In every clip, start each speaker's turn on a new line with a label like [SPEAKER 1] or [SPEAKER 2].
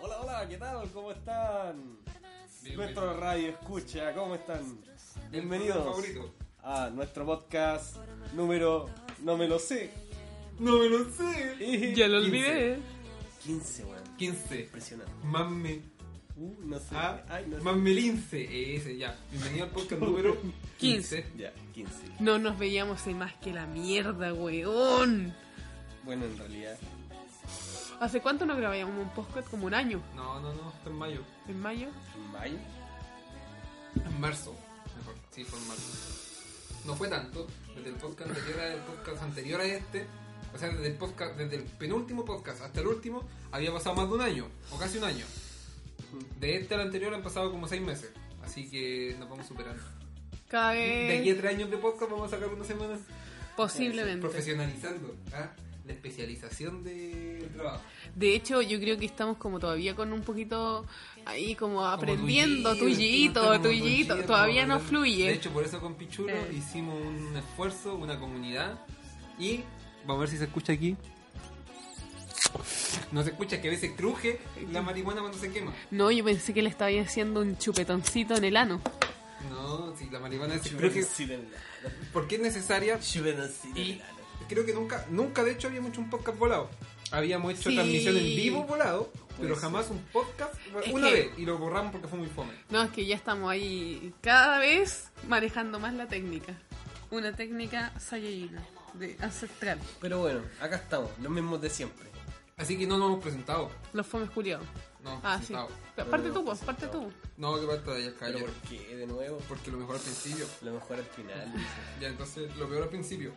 [SPEAKER 1] Hola, hola, ¿qué tal? ¿Cómo están? Nuestro radio escucha, ¿cómo están? Bienvenidos
[SPEAKER 2] favorito.
[SPEAKER 1] a nuestro podcast número No me lo sé.
[SPEAKER 2] No me lo sé.
[SPEAKER 3] Ya lo olvidé.
[SPEAKER 1] 15, weón.
[SPEAKER 2] 15.
[SPEAKER 1] Impresionante.
[SPEAKER 2] Mamme.
[SPEAKER 1] Uh, no sé.
[SPEAKER 2] Ah,
[SPEAKER 1] Ay, no sé.
[SPEAKER 2] Mammelince. Ese, ya. Bienvenido al podcast número 15.
[SPEAKER 1] Ya, 15.
[SPEAKER 3] No nos veíamos en más que la mierda, weón.
[SPEAKER 1] Bueno, en realidad.
[SPEAKER 3] ¿Hace cuánto no grabábamos un podcast? Como un año.
[SPEAKER 2] No, no, no. Está en mayo.
[SPEAKER 3] ¿En mayo?
[SPEAKER 1] ¿En mayo?
[SPEAKER 2] En marzo. Mejor. Sí, fue en marzo. No fue tanto. Desde el podcast anterior al podcast anterior a este. O sea, desde el, podcast, desde el penúltimo podcast hasta el último, había pasado más de un año, o casi un año. De este al anterior han pasado como seis meses, así que nos vamos superando.
[SPEAKER 3] Cada
[SPEAKER 2] De aquí a
[SPEAKER 3] vez.
[SPEAKER 2] tres años de podcast vamos a sacar una semana.
[SPEAKER 3] Posiblemente.
[SPEAKER 2] Profesionalizando, ¿ah? La especialización del trabajo.
[SPEAKER 3] De hecho, yo creo que estamos como todavía con un poquito ahí como aprendiendo,
[SPEAKER 2] Como tuyito,
[SPEAKER 3] tuyito,
[SPEAKER 2] como
[SPEAKER 3] tuyito.
[SPEAKER 2] tuyito,
[SPEAKER 3] Todavía no
[SPEAKER 2] como- De
[SPEAKER 3] fluye.
[SPEAKER 2] hecho, por eso con Pichulo
[SPEAKER 3] Eh.
[SPEAKER 2] hicimos un esfuerzo, una comunidad. Y vamos a ver si se escucha aquí. No se escucha, que a veces cruje la marihuana cuando se quema.
[SPEAKER 3] No, yo pensé que le estaba haciendo un chupetoncito en el ano.
[SPEAKER 2] No, si la marihuana se cruje.
[SPEAKER 1] Chubenacidalano.
[SPEAKER 2] ¿Por qué es necesaria? Y
[SPEAKER 1] Chubenacidalano.
[SPEAKER 2] creo que nunca, nunca de hecho habíamos hecho un podcast volado. Habíamos hecho
[SPEAKER 3] Sí.
[SPEAKER 2] transmisión en vivo volado, pero
[SPEAKER 1] Pues,
[SPEAKER 2] jamás un podcast
[SPEAKER 3] Es
[SPEAKER 2] una
[SPEAKER 3] que-
[SPEAKER 2] vez y lo borramos porque fue muy fome.
[SPEAKER 3] No, es que ya estamos ahí cada vez manejando más la técnica. Una técnica saiyajina, de ancestral.
[SPEAKER 1] Pero bueno, acá estamos, los mismos de siempre.
[SPEAKER 2] Así que no nos hemos presentado.
[SPEAKER 3] Los fomes culiados.
[SPEAKER 2] No, hemos
[SPEAKER 3] Ah, sí.
[SPEAKER 2] presentado.
[SPEAKER 3] Pero parte tú, pues, parte tú.
[SPEAKER 2] No, que falta de
[SPEAKER 1] Pero
[SPEAKER 2] caballero.
[SPEAKER 1] ¿por qué de nuevo?
[SPEAKER 2] Porque lo mejor al principio.
[SPEAKER 1] Lo mejor al final.
[SPEAKER 2] Ya, entonces, lo peor al principio.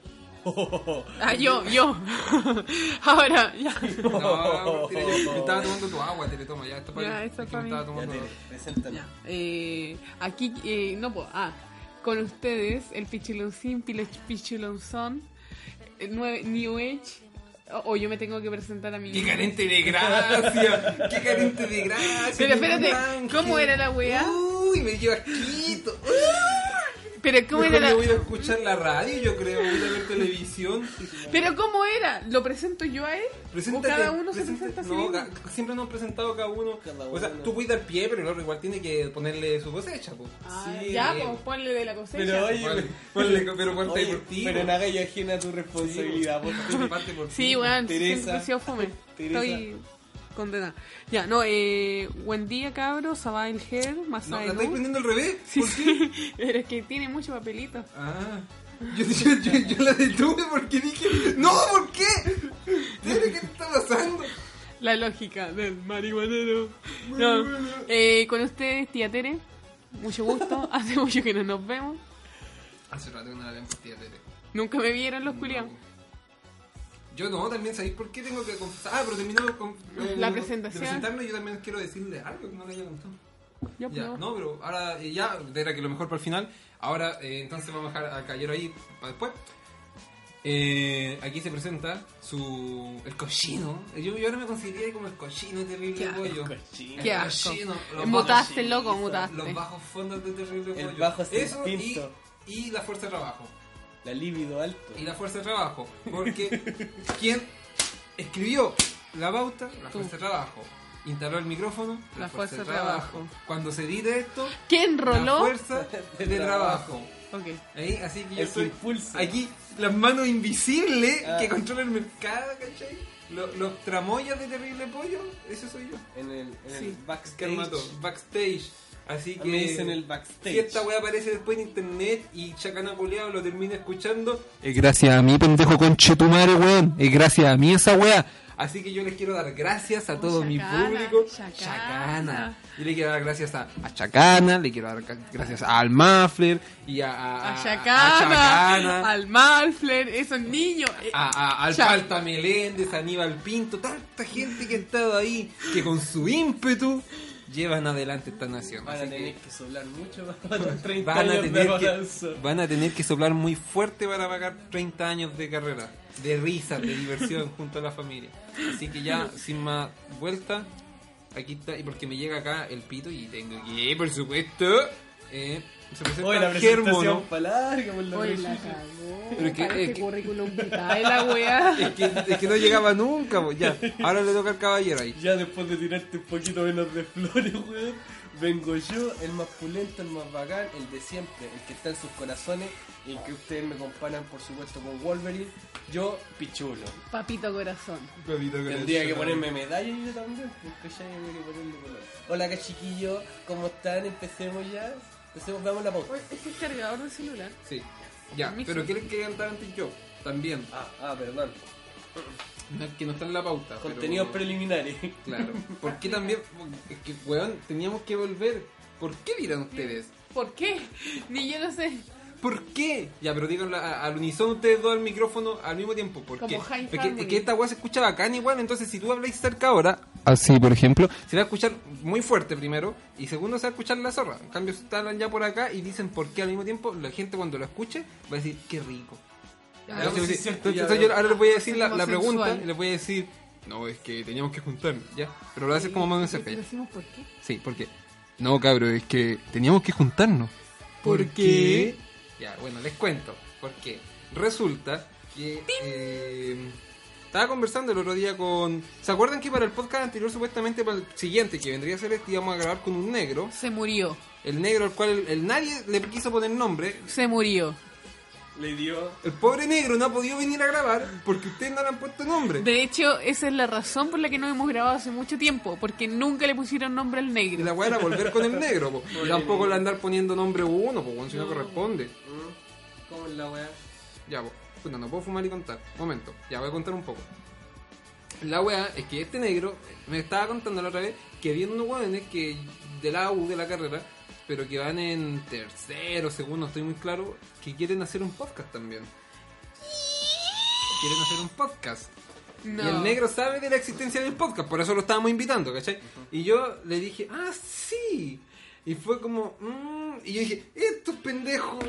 [SPEAKER 3] Ah, yo, yo. Ahora, ya.
[SPEAKER 2] No, Tere, yo me estaba tomando tu agua, Tere, toma, ya, está para
[SPEAKER 3] Ya,
[SPEAKER 2] mí.
[SPEAKER 3] esta
[SPEAKER 2] Es
[SPEAKER 3] es
[SPEAKER 2] que me
[SPEAKER 3] para mí.
[SPEAKER 2] estaba
[SPEAKER 1] ya
[SPEAKER 2] tomando...
[SPEAKER 1] Tere, preséntanos.
[SPEAKER 3] Eh, aquí, eh, no, pues, ah, con ustedes, el pichiloncín, pilo- pichilonzón, eh, nue- New Age. O o yo me tengo que presentar a mí.
[SPEAKER 2] ¡Qué carente de gracia! ¡Qué carente de gracia!
[SPEAKER 3] Pero espérate,
[SPEAKER 2] Ángel!
[SPEAKER 3] ¿cómo era la weá?
[SPEAKER 2] Uy, me lleva asquito.
[SPEAKER 3] Pero ¿cómo era la...
[SPEAKER 2] Yo voy a escuchar la radio, yo creo, voy a ver televisión.
[SPEAKER 3] Pero ¿cómo era? ¿Lo presento yo a él? ¿O
[SPEAKER 2] Preséntate,
[SPEAKER 3] cada uno se
[SPEAKER 2] preséntate.
[SPEAKER 3] presenta a sí
[SPEAKER 2] No,
[SPEAKER 3] mismo?
[SPEAKER 2] ca- siempre nos han presentado cada uno.
[SPEAKER 1] Cada
[SPEAKER 2] O sea,
[SPEAKER 1] uno.
[SPEAKER 2] tú cuidas el pie, pero el otro igual tiene que ponerle su cosecha, po.
[SPEAKER 3] Ah,
[SPEAKER 1] Sí,
[SPEAKER 3] ya,
[SPEAKER 2] eh.
[SPEAKER 3] pues ponle de la cosecha.
[SPEAKER 1] Pero oye,
[SPEAKER 2] Ponle-
[SPEAKER 1] pero-
[SPEAKER 2] ponle- pero ponte
[SPEAKER 1] oye,
[SPEAKER 2] por ti,
[SPEAKER 1] Pero
[SPEAKER 2] po.
[SPEAKER 1] en aquella ajena a tu responsabilidad. por
[SPEAKER 2] Parte por ti.
[SPEAKER 3] Sí, weón,
[SPEAKER 1] Teresa.
[SPEAKER 3] siempre he sido fome.
[SPEAKER 1] Teresa.
[SPEAKER 3] Estoy condenada. Ya, no, eh, buen día, cabros. Sabael Her,
[SPEAKER 2] No,
[SPEAKER 3] Masai
[SPEAKER 2] la
[SPEAKER 3] Lu.
[SPEAKER 2] estáis prendiendo al revés.
[SPEAKER 3] Sí,
[SPEAKER 2] ¿Por qué?
[SPEAKER 3] sí, pero es que tiene mucho papelito.
[SPEAKER 2] Ah. Yo, yo, yo, yo la detuve porque dije, ¡No! ¿Por qué? Tere, ¿Qué te está pasando?
[SPEAKER 3] La lógica del marihuanero. No, eh, con ustedes, tía Tere. Mucho gusto. Hace mucho que no nos vemos.
[SPEAKER 2] Hace rato que no la veo en partida, Tere.
[SPEAKER 3] Nunca me vieron los culiados.
[SPEAKER 2] Yo no, también sabéis por qué tengo que confesar. Ah, pero terminamos con eh,
[SPEAKER 3] La
[SPEAKER 2] de
[SPEAKER 3] presentación.
[SPEAKER 2] presentarme, yo también quiero decirle algo que no le había contado.
[SPEAKER 3] Ya,
[SPEAKER 2] Ya,
[SPEAKER 3] pues,
[SPEAKER 2] no, pero ahora eh, ya, era que lo mejor para el final. Ahora, eh, entonces vamos a dejar a Cayero ahí para después. Eh, aquí se presenta su. el cochino. Eh, Yo, yo ahora me consideraría como el cochino terrible
[SPEAKER 3] Qué
[SPEAKER 2] pollo.
[SPEAKER 1] cochino.
[SPEAKER 3] Qué
[SPEAKER 2] El
[SPEAKER 3] asco.
[SPEAKER 2] cochino, los
[SPEAKER 3] eh, Mutaste,
[SPEAKER 1] bajos-
[SPEAKER 3] loco,
[SPEAKER 1] los
[SPEAKER 3] mutaste.
[SPEAKER 2] Los bajos fondos de terrible
[SPEAKER 1] El
[SPEAKER 2] pollo.
[SPEAKER 1] bajo
[SPEAKER 2] Eso y,
[SPEAKER 1] instinto.
[SPEAKER 2] y la fuerza de trabajo.
[SPEAKER 1] La libido alto.
[SPEAKER 2] Y la fuerza de trabajo. Porque quien escribió la pauta, la
[SPEAKER 3] Tú.
[SPEAKER 2] fuerza de trabajo. Instaló el micrófono, la, fuerza, de trabajo. Cuando se edite esto,
[SPEAKER 3] ¿Quién
[SPEAKER 2] la
[SPEAKER 3] roló?
[SPEAKER 2] fuerza de, trabajo.
[SPEAKER 3] Ok.
[SPEAKER 2] Ahí, así que yo
[SPEAKER 1] Es
[SPEAKER 2] soy
[SPEAKER 1] impulso.
[SPEAKER 2] aquí las manos invisibles
[SPEAKER 1] Ah.
[SPEAKER 2] que controlan el mercado, ¿cachai? Lo- Los, tramoyas de terrible pollo, eso soy yo.
[SPEAKER 1] En el, en el
[SPEAKER 3] Sí.
[SPEAKER 1] backstage.
[SPEAKER 2] Carmato, backstage. Así que.
[SPEAKER 1] Me dicen el backstage.
[SPEAKER 2] Si esta weá aparece después en internet y Chacana Culeado lo termina escuchando,
[SPEAKER 4] Es gracias a mí, pendejo conche tu madre, weón. Es gracias a mí esa weá.
[SPEAKER 2] Así que yo les quiero dar gracias a todo mi
[SPEAKER 3] Chacana,
[SPEAKER 2] público.
[SPEAKER 3] Chacana.
[SPEAKER 2] Chacana. Y le quiero dar gracias a, a Chacana, le quiero dar ca- gracias al Mafler y a, a,
[SPEAKER 3] A
[SPEAKER 2] a
[SPEAKER 3] Chacana,
[SPEAKER 2] Chacana,
[SPEAKER 3] al Malfler, esos niños. eh,
[SPEAKER 2] a- a- al
[SPEAKER 3] Chac-
[SPEAKER 2] Palta Meléndez, a Aníbal Pinto, tanta gente que ha estado ahí, que con su ímpetu llevan adelante esta nación.
[SPEAKER 1] Van a
[SPEAKER 2] Así que
[SPEAKER 1] tener que soplar mucho para los 30
[SPEAKER 2] van a
[SPEAKER 1] años
[SPEAKER 2] tener
[SPEAKER 1] de
[SPEAKER 2] que
[SPEAKER 1] bonanza.
[SPEAKER 2] van a tener que soplar muy fuerte para pagar 30 años de carrera, de risa, de diversión junto a la familia. Así que ya sin más vuelta, aquí está y porque me llega acá el pito y tengo que, por supuesto, eh, se presenta
[SPEAKER 1] Hoy la
[SPEAKER 2] Germono.
[SPEAKER 1] presentación para larga, por la
[SPEAKER 3] Oye, la
[SPEAKER 1] chucha.
[SPEAKER 3] cagó.
[SPEAKER 2] Pero que-
[SPEAKER 3] Parece
[SPEAKER 2] eh, que-
[SPEAKER 3] currículum vitae la weá.
[SPEAKER 2] Es que, es que no llegaba nunca, pues, ya. Ahora le toca al caballero ahí.
[SPEAKER 1] Ya después de tirarte un poquito menos de flores, weón, vengo yo, el más pulento, el más bacán, el de siempre, el que está en sus corazones y el que ustedes me comparan, por supuesto, con Wolverine. Yo, pichulo.
[SPEAKER 3] Papito corazón.
[SPEAKER 1] Tendría que ponerme medalla yo también, porque ya hay que ponerle color. Hola, acá, chiquillos, ¿cómo están? Empecemos ya. Empecemos, veamos la pauta.
[SPEAKER 3] Este es cargador de celular.
[SPEAKER 2] Sí. Ya, pero ¿qué les quería cantar antes yo? También,
[SPEAKER 1] Ah, ah, perdón.
[SPEAKER 2] no es que no está en la pauta. pero-
[SPEAKER 1] Contenidos preliminares.
[SPEAKER 2] Claro. ¿Por qué también? Es que, weón, teníamos que volver. ¿Por qué dirán ustedes?
[SPEAKER 3] ¿Por qué? Ni yo no sé.
[SPEAKER 2] ¿Por qué? Ya, pero díganlo a- al unisón ustedes dos al micrófono al mismo tiempo. ¿Por
[SPEAKER 3] Como
[SPEAKER 2] qué?
[SPEAKER 3] High
[SPEAKER 2] Porque
[SPEAKER 3] Harmony.
[SPEAKER 2] es que esta weá se escucha bacán igual, entonces si tú habláis cerca ahora,
[SPEAKER 4] Así, por ejemplo.
[SPEAKER 2] se va a escuchar muy fuerte primero y segundo se va a escuchar la zorra. En cambio, si están ya por acá y dicen por qué al mismo tiempo, la gente cuando lo escuche va a decir, qué rico.
[SPEAKER 1] Ya,
[SPEAKER 2] Entonces,
[SPEAKER 1] sí,
[SPEAKER 2] sí,
[SPEAKER 1] cierto,
[SPEAKER 2] entonces,
[SPEAKER 1] ya
[SPEAKER 2] entonces
[SPEAKER 1] veo.
[SPEAKER 2] yo ahora les voy a decir
[SPEAKER 3] Es
[SPEAKER 2] la,
[SPEAKER 3] como
[SPEAKER 2] la pregunta
[SPEAKER 3] sensual.
[SPEAKER 2] y les voy a decir, no, es que teníamos que juntarnos, ya. Pero lo haces como más
[SPEAKER 3] ¿Y
[SPEAKER 2] cerca. ya.
[SPEAKER 3] decimos por qué?
[SPEAKER 2] Sí, porque. No, cabro, es que teníamos que juntarnos.
[SPEAKER 4] ¿Por qué?
[SPEAKER 2] Ya, bueno, les cuento. Porque resulta que. eh, estaba conversando el otro día con. ¿Se acuerdan que para el podcast anterior, supuestamente para el siguiente, que vendría a ser este, íbamos a grabar con un negro?
[SPEAKER 3] Se murió.
[SPEAKER 2] El negro al cual el, el nadie le quiso poner nombre.
[SPEAKER 3] Se murió.
[SPEAKER 1] Le dio.
[SPEAKER 2] El pobre negro no ha podido venir a grabar porque ustedes no le han puesto nombre.
[SPEAKER 3] De hecho, esa es la razón por la que no hemos grabado hace mucho tiempo, porque nunca le pusieron nombre al
[SPEAKER 2] Y la
[SPEAKER 3] negro.
[SPEAKER 2] weá era volver con el negro, po. Y tampoco le andar poniendo nombre uno, po, weón, si no corresponde.
[SPEAKER 1] ¿Cómo es la weá?
[SPEAKER 2] Ya, po. Puta, no puedo fumar y contar. Momento, ya voy a contar un poco. La weá es que este negro me estaba contando la otra vez que había unos weones que de la U de la carrera, pero que van en tercero, segundo, estoy muy claro, que quieren hacer un podcast también. Quieren hacer un podcast.
[SPEAKER 3] No.
[SPEAKER 2] Y el negro sabe de la existencia del podcast, por eso lo estábamos invitando, ¿cachai? Y yo le dije, ah, sí. Y fue como, "Mm". y yo dije, estos pendejos,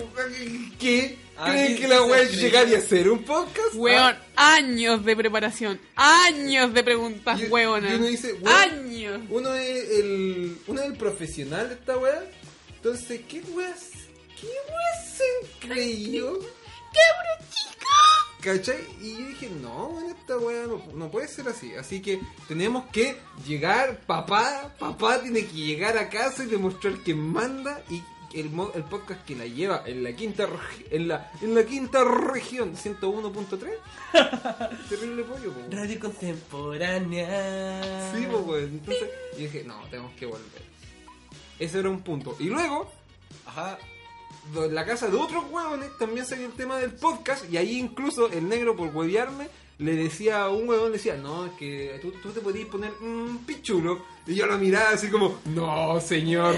[SPEAKER 2] ¿qué?
[SPEAKER 1] Ah,
[SPEAKER 2] ¿Creen
[SPEAKER 1] ¿qué-
[SPEAKER 2] que
[SPEAKER 1] qué
[SPEAKER 2] la
[SPEAKER 1] se
[SPEAKER 2] wea
[SPEAKER 1] creen?
[SPEAKER 2] llegar y hacer un podcast?
[SPEAKER 3] Weón,
[SPEAKER 2] Ah,
[SPEAKER 3] años de preparación, años de preguntas
[SPEAKER 2] y-
[SPEAKER 3] hueonas.
[SPEAKER 2] y uno dice, "Weón,
[SPEAKER 3] años.
[SPEAKER 2] Uno es el, uno es el profesional de esta wea. Entonces, ¿qué weas? ¿Qué weas se creyó? ¿Cachai? Y yo dije, no, bueno, esta weá no, no puede ser así. Así que tenemos que llegar, papá, papá tiene que llegar a casa y demostrar que manda y el, mo- el podcast que la lleva en la quinta regi- en la, en la quinta región 101.3 terrible pollo po.
[SPEAKER 1] Radio contemporánea.
[SPEAKER 2] Sí, po, weón. Entonces, yo dije, no, tenemos que volver. Ese era un punto. Y luego,
[SPEAKER 1] Ajá.
[SPEAKER 2] do- en la casa de otros huevones también salió el tema del podcast. Y ahí incluso el negro, por huevearme, le decía a un huevón, le decía, no, es que tú, tú te podías poner mm, pichulo. Y yo lo miraba así como, no, señor,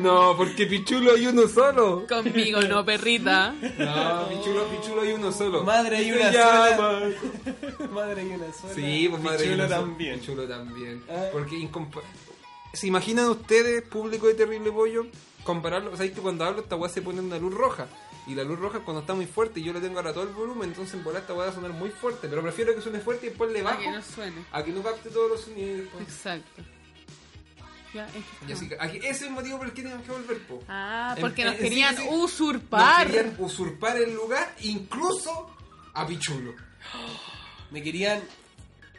[SPEAKER 2] no, porque pichulo hay uno solo.
[SPEAKER 3] Conmigo no, perrita.
[SPEAKER 2] No, pichulo, pichulo hay uno solo.
[SPEAKER 1] Madre y
[SPEAKER 2] Se
[SPEAKER 1] una
[SPEAKER 2] llama-
[SPEAKER 1] sola. Madre y una sola.
[SPEAKER 2] Sí, pues madre.
[SPEAKER 1] Pichulo
[SPEAKER 2] yo no sé,
[SPEAKER 1] también.
[SPEAKER 2] Pichulo también.
[SPEAKER 1] Ah.
[SPEAKER 2] Porque incompa- ¿Se imaginan ustedes, público de Terrible Pollo, compararlo? O sea, es que cuando hablo esta weá se pone una luz roja. Y la luz roja es cuando está muy fuerte y yo le tengo ahora todo el volumen, entonces en volar esta weá va a sonar muy fuerte. Pero prefiero que suene fuerte y después le
[SPEAKER 3] Para
[SPEAKER 2] bajo
[SPEAKER 3] que no suene.
[SPEAKER 2] a que no capte todos los sonidos. po.
[SPEAKER 3] Exacto. Ya, es que-
[SPEAKER 2] Y así que aquí- ese es el motivo por el que tenemos que volver, po.
[SPEAKER 3] Ah,
[SPEAKER 2] En-
[SPEAKER 3] porque
[SPEAKER 2] en-
[SPEAKER 3] nos
[SPEAKER 2] sí,
[SPEAKER 3] querían
[SPEAKER 2] sí, sí.
[SPEAKER 3] usurpar.
[SPEAKER 2] Nos querían usurpar el lugar, incluso a Pichulo.
[SPEAKER 1] Me querían.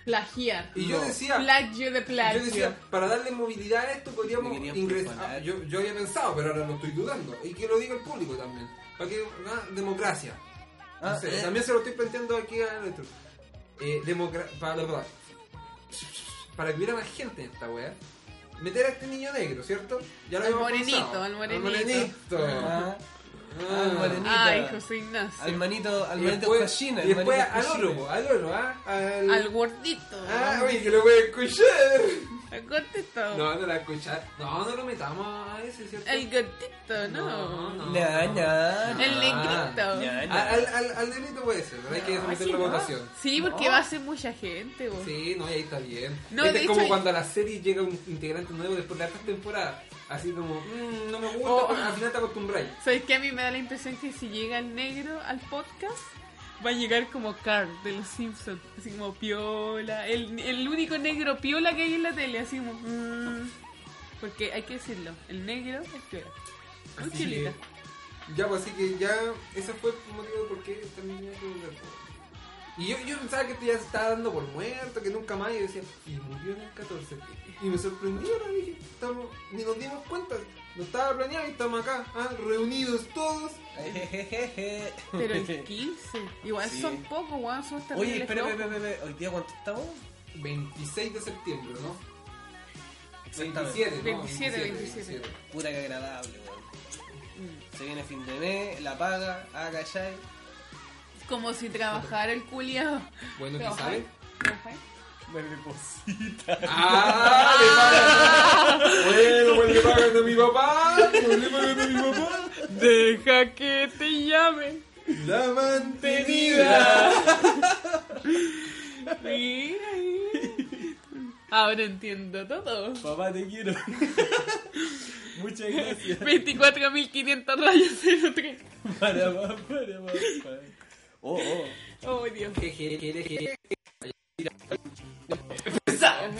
[SPEAKER 3] Plagiar.
[SPEAKER 2] Y yo
[SPEAKER 1] No.
[SPEAKER 2] decía...
[SPEAKER 3] Plagio de plagio.
[SPEAKER 2] Yo decía, para darle movilidad a esto podríamos
[SPEAKER 1] Me querían
[SPEAKER 2] ingresar.
[SPEAKER 1] profanar.
[SPEAKER 2] Ah, Yo, yo había pensado, pero ahora lo estoy dudando. Y que lo diga el público también. Para que ah, democracia. No
[SPEAKER 1] Ah,
[SPEAKER 2] sé,
[SPEAKER 1] eh.
[SPEAKER 2] También se lo estoy planteando aquí a nuestro. Eh, democra- para, para, para que hubiera más gente en esta wea. meter a este niño negro, ¿cierto? Ya lo
[SPEAKER 3] Al
[SPEAKER 2] habíamos
[SPEAKER 3] morenito,
[SPEAKER 2] pensado.
[SPEAKER 3] al morenito.
[SPEAKER 2] morenito.
[SPEAKER 1] Ah, al morenito.
[SPEAKER 3] Ay, José Ignacio.
[SPEAKER 1] Al manito, al
[SPEAKER 2] Y
[SPEAKER 1] manito
[SPEAKER 2] después-
[SPEAKER 1] Cushina,
[SPEAKER 2] Y después
[SPEAKER 1] manito
[SPEAKER 2] al
[SPEAKER 1] Cushina.
[SPEAKER 2] oro, al oro, ¿ah? Al...
[SPEAKER 3] Al gordito.
[SPEAKER 2] Ah, oye, que lo voy a escuchar.
[SPEAKER 3] Al gordito.
[SPEAKER 2] No, no la escuchar. No, no lo metamos a ese, ¿cierto?
[SPEAKER 3] El gordito, no.
[SPEAKER 2] No, Ah, no.
[SPEAKER 1] Na, na, na,
[SPEAKER 3] El negrito.
[SPEAKER 1] na, na.
[SPEAKER 2] Al, al, al delito puede ser, pero hay que someter la
[SPEAKER 3] no.
[SPEAKER 2] votación.
[SPEAKER 3] Sí, porque va a ser mucha gente, vos.
[SPEAKER 2] Sí, no, y ahí está bien.
[SPEAKER 3] No,
[SPEAKER 2] Este
[SPEAKER 3] de
[SPEAKER 2] es como
[SPEAKER 3] hecho-
[SPEAKER 2] cuando a la serie llega un integrante nuevo después de hartas temporadas. Así como, "Mm, no me gusta,
[SPEAKER 3] Oh.
[SPEAKER 2] pero al final te acostumbráis.
[SPEAKER 3] ¿Sabes qué? A mí me da la impresión que si llega el negro al podcast, va a llegar como Carl de los Simpsons. Así como piola. El, el único negro piola que hay en la tele. Así como. mm. Porque hay que decirlo: el negro es piola. Muy
[SPEAKER 2] Así
[SPEAKER 3] piolita.
[SPEAKER 2] que- ya, pues así que ya, ese fue el motivo por qué también tenía que volver. Y yo, yo pensaba que esto ya se estaba dando por muerto, que nunca más. Y yo decía, y murió en el 14. Y me sorprendió, ahora dije, estamos, ni nos dimos cuenta. No estaba planeado y estamos acá, ah, reunidos todos.
[SPEAKER 1] Ejejeje.
[SPEAKER 3] Pero el 15. Igual
[SPEAKER 1] Sí.
[SPEAKER 3] son pocos, weón. Son hasta
[SPEAKER 1] Oye, espera, espera, espera, espera, hoy día cuánto estamos?
[SPEAKER 2] 26 de septiembre, ¿no?
[SPEAKER 1] Exactamente.
[SPEAKER 2] 27, ¿no?
[SPEAKER 3] 27, 27.
[SPEAKER 1] Pura que agradable, weón.
[SPEAKER 3] Mm.
[SPEAKER 1] Se viene fin de mes, la paga, ah, cachai.
[SPEAKER 3] Como si trabajara el culiado.
[SPEAKER 2] Bueno, ¿qué
[SPEAKER 3] ¿Trabajáis?
[SPEAKER 2] sabe?
[SPEAKER 3] ¿Trabajáis?
[SPEAKER 1] Me deposita.
[SPEAKER 2] ¡Ah! le pagan. Bueno, pues le pagan a mi papá. Pues le pagan a mi papá.
[SPEAKER 3] Deja que te llamen.
[SPEAKER 2] La mantenida.
[SPEAKER 3] Mira, mira. Ahora entiendo todo.
[SPEAKER 1] Papá, te quiero. Muchas gracias.
[SPEAKER 3] 24.500 rayas 03.
[SPEAKER 1] Para, para, para, para. Oh, oh.
[SPEAKER 3] Oh, Dios.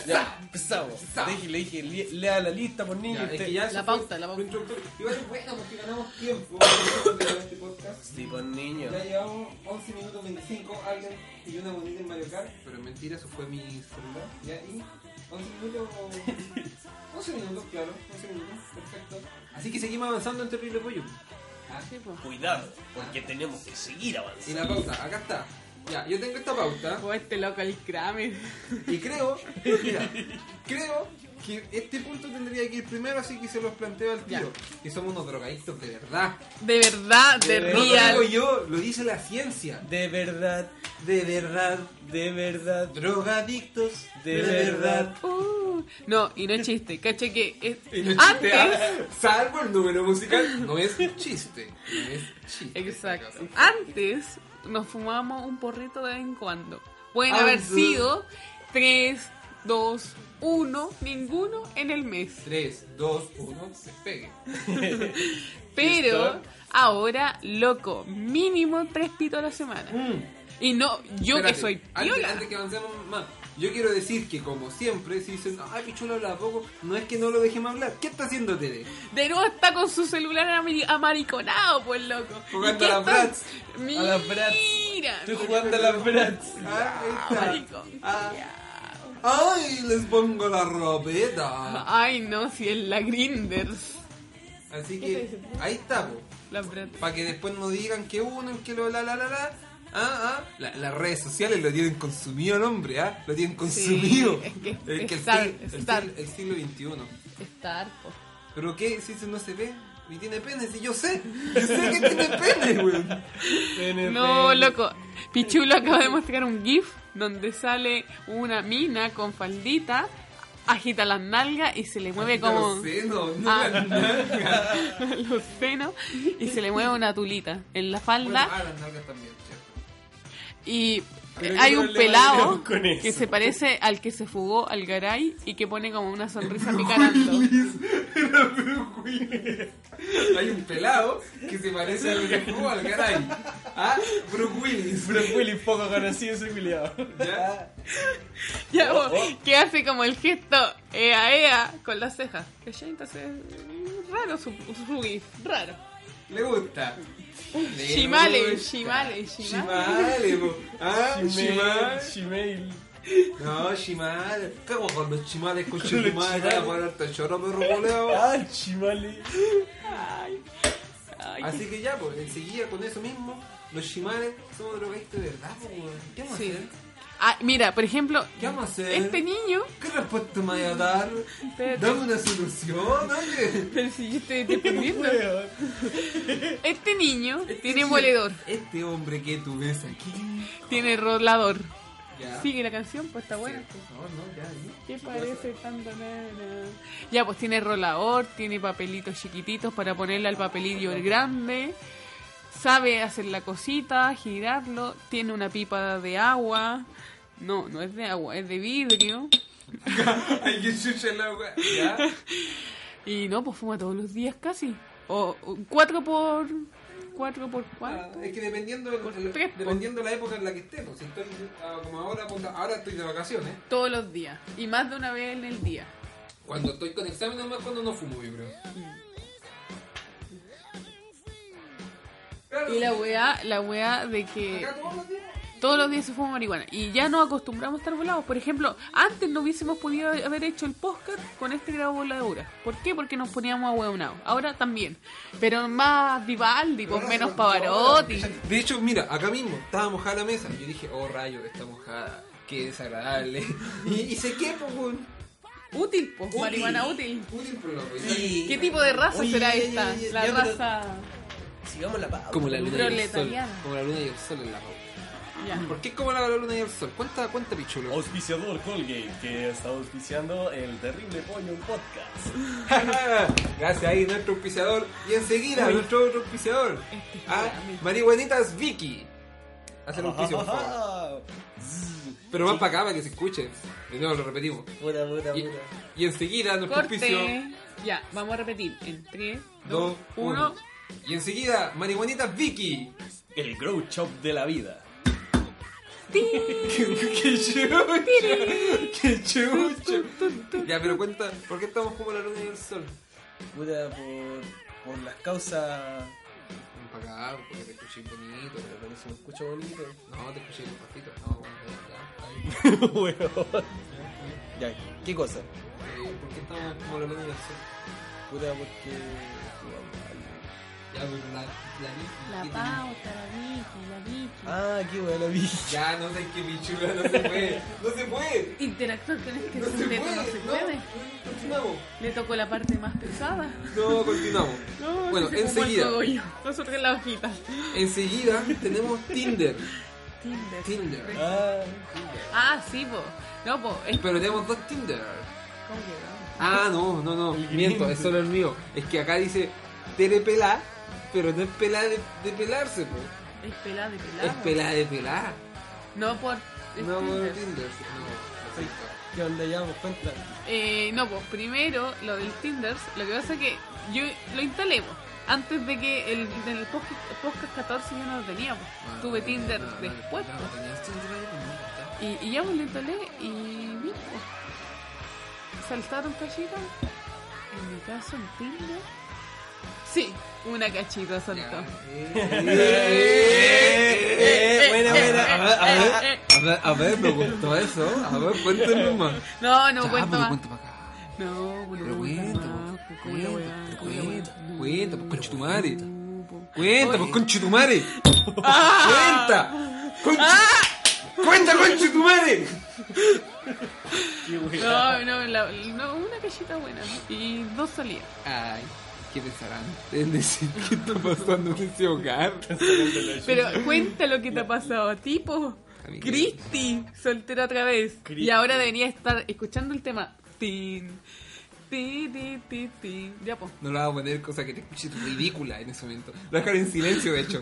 [SPEAKER 1] Ya, empezamos. Le dije, le dije, le- lea la lista por niño.
[SPEAKER 2] Ya,
[SPEAKER 1] usted.
[SPEAKER 2] es que ya
[SPEAKER 3] La
[SPEAKER 2] eso
[SPEAKER 3] pauta,
[SPEAKER 2] fue
[SPEAKER 3] la
[SPEAKER 2] un
[SPEAKER 3] pauta.
[SPEAKER 2] introductorio. Igual es bueno porque ganamos tiempo en este podcast.
[SPEAKER 1] Sí, por niño.
[SPEAKER 2] Ya llevamos 11 minutos 25, alguien y una bonita en Mario Kart. Pero mentira, eso fue mi celular. Ya, y 11 minutos. 11 minutos, claro, 11 minutos, perfecto. Así que seguimos avanzando en Terrible Pollo. Ah,
[SPEAKER 3] Sí, po.
[SPEAKER 1] Cuidado, porque tenemos que seguir avanzando.
[SPEAKER 2] y la pauta, acá está. Ya, yo tengo esta pauta.
[SPEAKER 3] Oh, este loco, el Kramer.
[SPEAKER 2] Y creo, mira, creo que este punto tendría que ir primero, así que se los planteo al tiro. Que somos unos drogadictos de verdad.
[SPEAKER 3] De verdad, de
[SPEAKER 1] De
[SPEAKER 2] No lo digo
[SPEAKER 3] real.
[SPEAKER 2] yo, lo dice la ciencia.
[SPEAKER 1] De verdad,
[SPEAKER 2] De verdad,
[SPEAKER 1] de verdad,
[SPEAKER 2] drogadictos
[SPEAKER 1] de verdad.
[SPEAKER 3] Uh, no, y no es chiste. Cacha que es-
[SPEAKER 2] Y no es chiste,
[SPEAKER 3] antes.
[SPEAKER 2] ah, salvo el número musical, no es chiste. No es chiste.
[SPEAKER 3] Exacto.
[SPEAKER 2] Así que-
[SPEAKER 3] Antes nos fumábamos un porrito de vez en cuando. Pueden
[SPEAKER 2] Antes.
[SPEAKER 3] haber sido 3, 2, 1, ninguno en el mes.
[SPEAKER 2] 3, 2, 1, se pegue.
[SPEAKER 3] Pero
[SPEAKER 1] ¿Listo?
[SPEAKER 3] ahora, loco, mínimo tres pitos a la semana. Y no, Mm. yo
[SPEAKER 2] Espérate,
[SPEAKER 3] que soy
[SPEAKER 2] antes,
[SPEAKER 3] piola.
[SPEAKER 2] antes que avancemos más, yo quiero decir que como siempre, si dicen, ay, Pichulo habla poco, no es que no lo dejemos hablar. ¿Qué está haciendo Tere?
[SPEAKER 3] De nuevo está con su celular amari- amariconado, pues loco.
[SPEAKER 2] Jugando
[SPEAKER 3] ¿Y qué
[SPEAKER 2] a las
[SPEAKER 3] estás-
[SPEAKER 2] Bratz.
[SPEAKER 3] Mira,
[SPEAKER 1] las Bratz. Estoy
[SPEAKER 3] mira,
[SPEAKER 1] jugando a las brats.
[SPEAKER 2] Ah, ahí está.
[SPEAKER 3] maricón.
[SPEAKER 2] Ah. Ay, les pongo la ropeta.
[SPEAKER 3] Ay, no, si es la Grinders.
[SPEAKER 2] Así
[SPEAKER 3] ¿Qué te
[SPEAKER 2] que
[SPEAKER 3] dice?
[SPEAKER 2] ahí está, po.
[SPEAKER 3] La Bratz.
[SPEAKER 2] para que después no digan que uno, que lo la la la la. Ah, ah. La- las redes sociales lo tienen consumido el hombre, ¿ah? Lo tienen consumido.
[SPEAKER 3] es que-
[SPEAKER 2] el, el
[SPEAKER 3] estar-
[SPEAKER 2] siglo- el
[SPEAKER 3] estar.
[SPEAKER 2] siglo- el siglo XXI.
[SPEAKER 3] Estar, po.
[SPEAKER 2] ¿Pero qué? Si eso no se ve. Y tiene pene, si yo sé. Yo sé que tiene pene, weón.
[SPEAKER 3] No, loco. Pichulo acaba de mostrar un GIF donde sale una mina con faldita, agita las nalgas y se le mueve como.
[SPEAKER 2] No sé, no, no,
[SPEAKER 3] Ah.
[SPEAKER 2] las nalgas.
[SPEAKER 3] los senos y se le mueve una tulita en la
[SPEAKER 2] Bueno,
[SPEAKER 3] falda
[SPEAKER 2] ah, las nalgas también, cierto.
[SPEAKER 3] y
[SPEAKER 1] ah, Pero
[SPEAKER 3] eh,
[SPEAKER 1] qué
[SPEAKER 3] hay un
[SPEAKER 1] problema
[SPEAKER 3] pelado
[SPEAKER 1] tenemos con eso.
[SPEAKER 3] que se parece al que se fugó al Garay y que pone como una sonrisa picarando.
[SPEAKER 2] Hay un pelado que se parece al que jugó al caray. Ah, Brooke Willis.
[SPEAKER 1] Pero Willy poco conocido ese culiado.
[SPEAKER 2] ¿Ya?
[SPEAKER 3] Ya,
[SPEAKER 1] Oh,
[SPEAKER 3] como, que hace como el gesto ea ea con las cejas. ¿Cachai? Entonces, mm, raro su, su gif, raro.
[SPEAKER 2] Le gusta. Le
[SPEAKER 3] Shimale,
[SPEAKER 2] gusta.
[SPEAKER 3] shimale, shimale.
[SPEAKER 2] Shimale, po. Ah, shimale.
[SPEAKER 1] Gmail.
[SPEAKER 2] No, shimale. Cago con los shimales, con shimale. Voy a ponerte choro, perro boleo.
[SPEAKER 1] Ah, Chimale.
[SPEAKER 3] Ay,
[SPEAKER 2] Así que ya, pues, enseguida con eso mismo, los shimales somos drogadictos de verdad, pues, weón. ¿Qué vamos
[SPEAKER 3] Sí.
[SPEAKER 2] a hacer?
[SPEAKER 3] Ah, mira, por ejemplo,
[SPEAKER 2] ¿Qué vamos a hacer?
[SPEAKER 3] este niño.
[SPEAKER 2] ¿Qué respuesta me vas a dar?
[SPEAKER 3] Espérate.
[SPEAKER 2] Dame una solución, oye.
[SPEAKER 3] Pero si yo te estoy perdiendo.
[SPEAKER 1] Weón.
[SPEAKER 3] Este niño
[SPEAKER 2] Este
[SPEAKER 3] tiene
[SPEAKER 2] niño-
[SPEAKER 3] moledor,
[SPEAKER 2] Este hombre que tú ves aquí.
[SPEAKER 3] tiene rolador.
[SPEAKER 2] Ya.
[SPEAKER 3] Sigue la canción, pues está buena.
[SPEAKER 2] Por favor, no, ya. ¿sí?
[SPEAKER 3] ¿Qué parece tan banana? Ya, pues tiene rolador, tiene papelitos chiquititos para ponerle al papelillo el grande. Sabe hacer la cosita, girarlo. Tiene una pipa de agua. No, no es de agua, es de vidrio.
[SPEAKER 2] Hay que chucha la wea. Ya.
[SPEAKER 3] Y no, pues fuma todos los días casi. O, o cuatro por. cuatro por
[SPEAKER 2] Ah,
[SPEAKER 3] cuatro.
[SPEAKER 2] es que dependiendo, de- de-
[SPEAKER 3] tres, po.
[SPEAKER 2] dependiendo de la época en la que estemos. Si estoy ah, como ahora, puta, ahora estoy de vacaciones.
[SPEAKER 3] Todos los días. Y más de una vez en el día.
[SPEAKER 2] Cuando estoy con examen, nomás cuando no fumo, yo creo. Claro,
[SPEAKER 3] Y la weá, la weá de que
[SPEAKER 2] acá todos los días.
[SPEAKER 3] todos los días se fuma marihuana. Y ya nos acostumbramos a estar volados. Por ejemplo, antes no hubiésemos podido haber hecho el podcast con este grado de voladura. ¿Por qué? Porque nos poníamos ahueonados. Ahora también. Pero más Vivaldi, pues
[SPEAKER 2] Ahora
[SPEAKER 3] menos
[SPEAKER 2] se controla.
[SPEAKER 3] Pavarotti.
[SPEAKER 2] De hecho, mira, acá mismo estaba mojada la mesa. Yo dije, oh rayo, está mojada. Qué desagradable. y, y se quepo, weón.
[SPEAKER 3] Útil, pues. Marihuana útil.
[SPEAKER 2] Útil pues, por loco.
[SPEAKER 1] Sí.
[SPEAKER 3] ¿Qué tipo de raza
[SPEAKER 1] Oye,
[SPEAKER 3] será
[SPEAKER 1] ya, ya,
[SPEAKER 3] esta?
[SPEAKER 1] ya,
[SPEAKER 3] La
[SPEAKER 1] ya, pero-
[SPEAKER 3] raza...
[SPEAKER 1] Sigamos la pausa.
[SPEAKER 2] Como la luna y el sol.
[SPEAKER 3] Proletariado.
[SPEAKER 2] Como la luna y el sol en la pauta.
[SPEAKER 3] Ya.
[SPEAKER 2] ¿Por qué es como la luna y el sol? Cuenta, cuenta, pichulo.
[SPEAKER 1] Auspiciador Colgate, que está auspiciando el terrible pollo podcast.
[SPEAKER 2] Gracias ahí, nuestro auspiciador. Y enseguida, nuestro otro auspiciador.
[SPEAKER 3] Este es
[SPEAKER 2] Ah,
[SPEAKER 3] grande.
[SPEAKER 2] Marihuanitas Vicky. Haz el auspicio, por favor. Pero más para acá, para que se escuche. De nuevo, lo repetimos.
[SPEAKER 1] Pura, pura,
[SPEAKER 2] Y,
[SPEAKER 1] pura.
[SPEAKER 2] y enseguida, nuestro auspicio.
[SPEAKER 3] Corte. Ya, vamos a repetir. En 3, 2,
[SPEAKER 2] 2,
[SPEAKER 3] 1.
[SPEAKER 2] 1. Y enseguida, marihuanita Vicky.
[SPEAKER 1] El grow shop de la vida.
[SPEAKER 2] ¡Qué chucho! ¡Qué chucho! Ya, pero cuenta, ¿por qué estamos como la luna y el sol?
[SPEAKER 1] Pura por, por las causas.
[SPEAKER 2] Ven pa' acá, porque te escuché bonito, pero no se me escucha.
[SPEAKER 1] Mucho bonito.
[SPEAKER 2] No, te escuché despacito. No, bueno, ya, ya,
[SPEAKER 1] Weón. ya, ¿qué cosa?
[SPEAKER 2] está bien. Eh, ¿Por qué estamos como la luna y el sol?
[SPEAKER 1] Pura porque.
[SPEAKER 2] Ya, pero la, la Vicky.
[SPEAKER 3] La
[SPEAKER 2] ¿qué tenía?
[SPEAKER 3] pauta, la Vicky, la Vicky.
[SPEAKER 1] Ah, qué buena bicha.
[SPEAKER 2] Ya, no sé qué bichula, no se puede. ¡No se puede!
[SPEAKER 3] Interactuar con este
[SPEAKER 2] ¡No se
[SPEAKER 3] sujeto
[SPEAKER 2] puede!
[SPEAKER 3] no se
[SPEAKER 2] no,
[SPEAKER 3] puede.
[SPEAKER 2] Continuamos.
[SPEAKER 3] Le tocó la parte más pesada.
[SPEAKER 2] No, continuamos.
[SPEAKER 3] No,
[SPEAKER 2] bueno,
[SPEAKER 3] se fumó el
[SPEAKER 2] enseguida.
[SPEAKER 3] cogollo. Nosotros en la hojita.
[SPEAKER 2] Enseguida tenemos Tinder.
[SPEAKER 3] Tinder.
[SPEAKER 2] Tinder.
[SPEAKER 1] Ah,
[SPEAKER 3] Ah, sí, po. No, po. Es
[SPEAKER 2] Pero tenemos dos Tinder.
[SPEAKER 3] ¿Cómo que
[SPEAKER 2] Ah, no, no, no. Miento, es solo el mío. Es que acá dice telepelá, pero no es pelá de, de pelarse, po.
[SPEAKER 3] no? Es pelada de pelada.
[SPEAKER 2] Es pelá de pelá.
[SPEAKER 3] No, por. es
[SPEAKER 2] No,
[SPEAKER 3] Tinder.
[SPEAKER 2] Tinder. sí, No, perfecto.
[SPEAKER 1] ¿Qué onda? Ya, pues cuenta.
[SPEAKER 3] Eh, no, pues primero lo del Tinder, lo que pasa es que yo lo instalé po, antes de que el, en el podcast, podcast 14 yo no lo tenía, po. tuve
[SPEAKER 2] Ah,
[SPEAKER 3] Tinder
[SPEAKER 2] No, no,
[SPEAKER 3] después
[SPEAKER 2] no,
[SPEAKER 3] po.
[SPEAKER 2] tenías Tinder ahí, pues,
[SPEAKER 3] y, y ya pues lo instalé y vi, po. saltaron cachitas, en mi caso en Tinder, sí, una cachita
[SPEAKER 2] no,
[SPEAKER 3] saltó.
[SPEAKER 2] está. Eh, Ya.
[SPEAKER 3] eh,
[SPEAKER 2] Buena,
[SPEAKER 3] eh,
[SPEAKER 2] buena.
[SPEAKER 3] eh,
[SPEAKER 2] A ver, a ver,
[SPEAKER 3] eh,
[SPEAKER 2] a ver, a ver, me gustó eso. A ver, cuéntame más.
[SPEAKER 3] No, no
[SPEAKER 2] Ya,
[SPEAKER 3] cuento ah.
[SPEAKER 2] pero
[SPEAKER 3] más.
[SPEAKER 2] cuento pues, para acá.
[SPEAKER 3] No, pues, bueno,
[SPEAKER 2] Pero cuenta, po, cuenta, pero cuenta,
[SPEAKER 3] no,
[SPEAKER 2] cuenta, po, conchetumare.
[SPEAKER 3] no, po.
[SPEAKER 2] Cuenta, Ah. pues conchetumare. Cuenta. Conche- Cuenta, conchetumare.
[SPEAKER 1] Qué buena.
[SPEAKER 3] No, no, la- no, una callita buena. Y dos salidas.
[SPEAKER 2] Ay, ¿qué pensarán? Es decir, ¿qué está pasando en ese hogar?
[SPEAKER 3] Pero cuenta lo que te ha pasado, tipo.
[SPEAKER 2] Amiga.
[SPEAKER 3] Cristi, soltera otra vez.
[SPEAKER 1] Cristi.
[SPEAKER 3] Y ahora debería estar escuchando el tema. Tin, ti, ti, ti, ti. Ya, po.
[SPEAKER 2] No le voy a poner cosa que te escuche ridícula en ese momento. Lo voy a dejar en silencio, de hecho.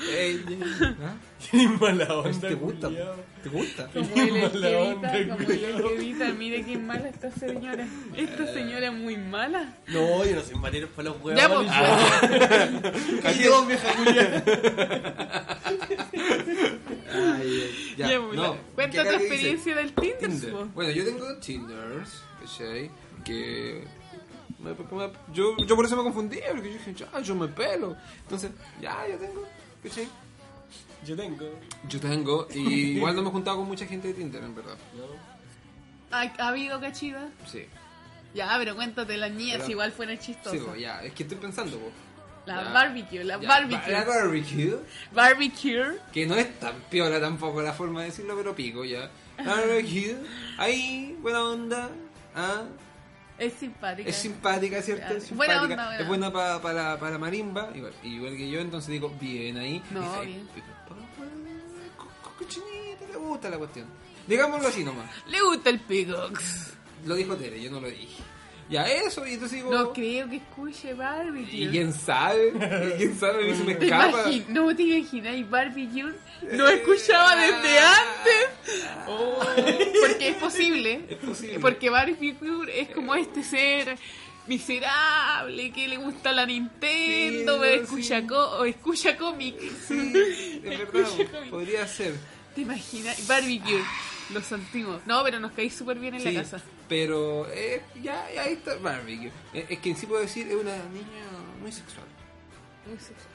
[SPEAKER 2] Ey, ey, ¿ah?
[SPEAKER 1] Qué mala onda.
[SPEAKER 2] ¿Te gusta?
[SPEAKER 1] culiao.
[SPEAKER 2] ¿Te gusta?
[SPEAKER 3] Como el
[SPEAKER 1] Mala
[SPEAKER 3] Estevita,
[SPEAKER 1] onda,
[SPEAKER 3] como el
[SPEAKER 1] culiao.
[SPEAKER 3] Estevita. Mire qué mala esta señora. Esta señora es muy mala.
[SPEAKER 1] No, yo no soy marido para los huevos.
[SPEAKER 3] Ya, pues. po.
[SPEAKER 2] Así es. Ay, ay, ya,
[SPEAKER 3] Ya, po,
[SPEAKER 2] no.
[SPEAKER 3] la- Cuenta
[SPEAKER 2] ¿Qué
[SPEAKER 3] tu
[SPEAKER 2] acá dice?
[SPEAKER 3] experiencia del Tinder,
[SPEAKER 2] Tinder.
[SPEAKER 3] po.
[SPEAKER 2] Bueno, yo tengo Tinders, ¿cachai? Que. me- me- yo, yo por eso me confundí, porque yo dije, ya, yo me pelo. Entonces, ya, yo tengo, ¿cachai?
[SPEAKER 1] Yo tengo.
[SPEAKER 2] Yo tengo, y igual no me he juntado con mucha gente de Tinder, en verdad.
[SPEAKER 3] ¿Ha, ha habido cachida?
[SPEAKER 2] Sí.
[SPEAKER 3] Ya, pero cuéntate, las niñas
[SPEAKER 2] Pero-
[SPEAKER 3] igual fueron
[SPEAKER 2] Sí,
[SPEAKER 3] chistosas.
[SPEAKER 2] bo, ya, es que estoy pensando, bo.
[SPEAKER 3] La
[SPEAKER 2] Ya.
[SPEAKER 3] barbecue, la
[SPEAKER 2] Ya,
[SPEAKER 3] barbecue.
[SPEAKER 2] La barbecue.
[SPEAKER 3] Barbecue.
[SPEAKER 2] Que no es tan piola tampoco la forma de decirlo, pero pico ya. Barbecue. Ahí, buena onda. Ah,
[SPEAKER 3] Es simpática.
[SPEAKER 2] es simpática, ¿cierto? Es
[SPEAKER 3] Ya, buena
[SPEAKER 2] simpática.
[SPEAKER 3] onda, buena
[SPEAKER 2] Es buena pa- para, para marimba, igual, igual que yo, entonces digo, bien ahí.
[SPEAKER 3] No,
[SPEAKER 2] Dice, ay,
[SPEAKER 3] bien.
[SPEAKER 2] pico, pa- pa- co- co- Cochinita, le gusta la cuestión. Digámoslo así nomás.
[SPEAKER 3] Le gusta el picox.
[SPEAKER 2] Lo dijo Tere, yo no lo dije. Ya eso, y entonces digo.
[SPEAKER 3] No creo que escuche barbecue.
[SPEAKER 2] y quién sabe, y quién sabe, a mí se me
[SPEAKER 3] ¿Te
[SPEAKER 2] escapa.
[SPEAKER 3] imagi- no te imagináis barbecue. No escuchaba desde
[SPEAKER 2] Ah.
[SPEAKER 3] antes. Oh, porque es posible.
[SPEAKER 2] Es posible.
[SPEAKER 3] Porque barbecue es como este ser miserable que le gusta la Nintendo,
[SPEAKER 2] Sí,
[SPEAKER 3] pero
[SPEAKER 2] no,
[SPEAKER 3] escucha,
[SPEAKER 2] sí.
[SPEAKER 3] co- o escucha cómics.
[SPEAKER 2] Sí, es verdad,
[SPEAKER 3] Escucha cómics.
[SPEAKER 2] podría ser.
[SPEAKER 3] ¿Te imaginas? Barbecue, los antiguos. No, pero nos caí súper bien en
[SPEAKER 2] Sí,
[SPEAKER 3] la casa.
[SPEAKER 2] Pero eh, ya, ya ahí está Barbecue. Eh, es que en sí puedo decir, es una niña muy sexual. muy sexual.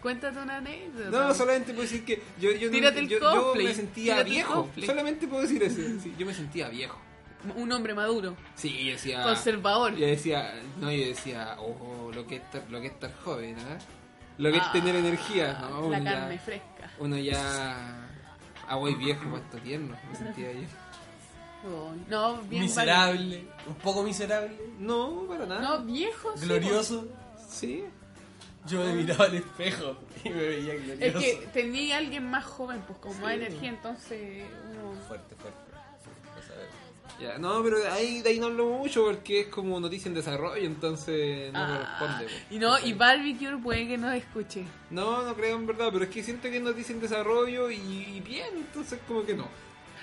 [SPEAKER 3] Cuéntate una anécdota.
[SPEAKER 2] No, solamente puedo decir que yo, yo, no-
[SPEAKER 3] Tírate el
[SPEAKER 2] yo, yo
[SPEAKER 3] cosplay,
[SPEAKER 2] me sentía
[SPEAKER 3] tírate el
[SPEAKER 2] viejo.
[SPEAKER 3] cosplay.
[SPEAKER 2] Solamente puedo decir eso. sí, yo me sentía viejo.
[SPEAKER 3] Un hombre maduro,
[SPEAKER 2] Sí, yo decía.
[SPEAKER 3] conservador.
[SPEAKER 2] Yo decía, no, yo decía, oh, lo que es estar, lo que es estar joven, ¿ah? Lo que es tener energía.
[SPEAKER 3] Ah,
[SPEAKER 2] ¿no?
[SPEAKER 3] la
[SPEAKER 2] Uno oh, ya-
[SPEAKER 3] carne fresca.
[SPEAKER 2] Uno ya. Ah, voy viejo, puesto tierno. Me sentía yo.
[SPEAKER 3] Oh, no, bien
[SPEAKER 1] miserable, un poco miserable,
[SPEAKER 2] No, para
[SPEAKER 3] barbecue.
[SPEAKER 2] nada.
[SPEAKER 3] No, viejo. sí, pues.
[SPEAKER 1] glorioso.
[SPEAKER 2] Sí.
[SPEAKER 1] Yo me miraba al espejo y me veía
[SPEAKER 3] pues. Es
[SPEAKER 1] glorioso.
[SPEAKER 3] que tenía alguien más joven, pues con más
[SPEAKER 2] Sí.
[SPEAKER 3] energía, entonces uno.
[SPEAKER 1] Fuerte, fuerte. Vas a ver.
[SPEAKER 2] Ya, no, pero de ahí, de ahí no hablo mucho porque es como noticia en desarrollo, entonces no pues.
[SPEAKER 3] Ah,
[SPEAKER 2] corresponde. po.
[SPEAKER 3] y no, y barbecue puede que no escuche.
[SPEAKER 2] No, no creo en verdad, pero es que siento que es noticia en desarrollo y, y bien, entonces como que no.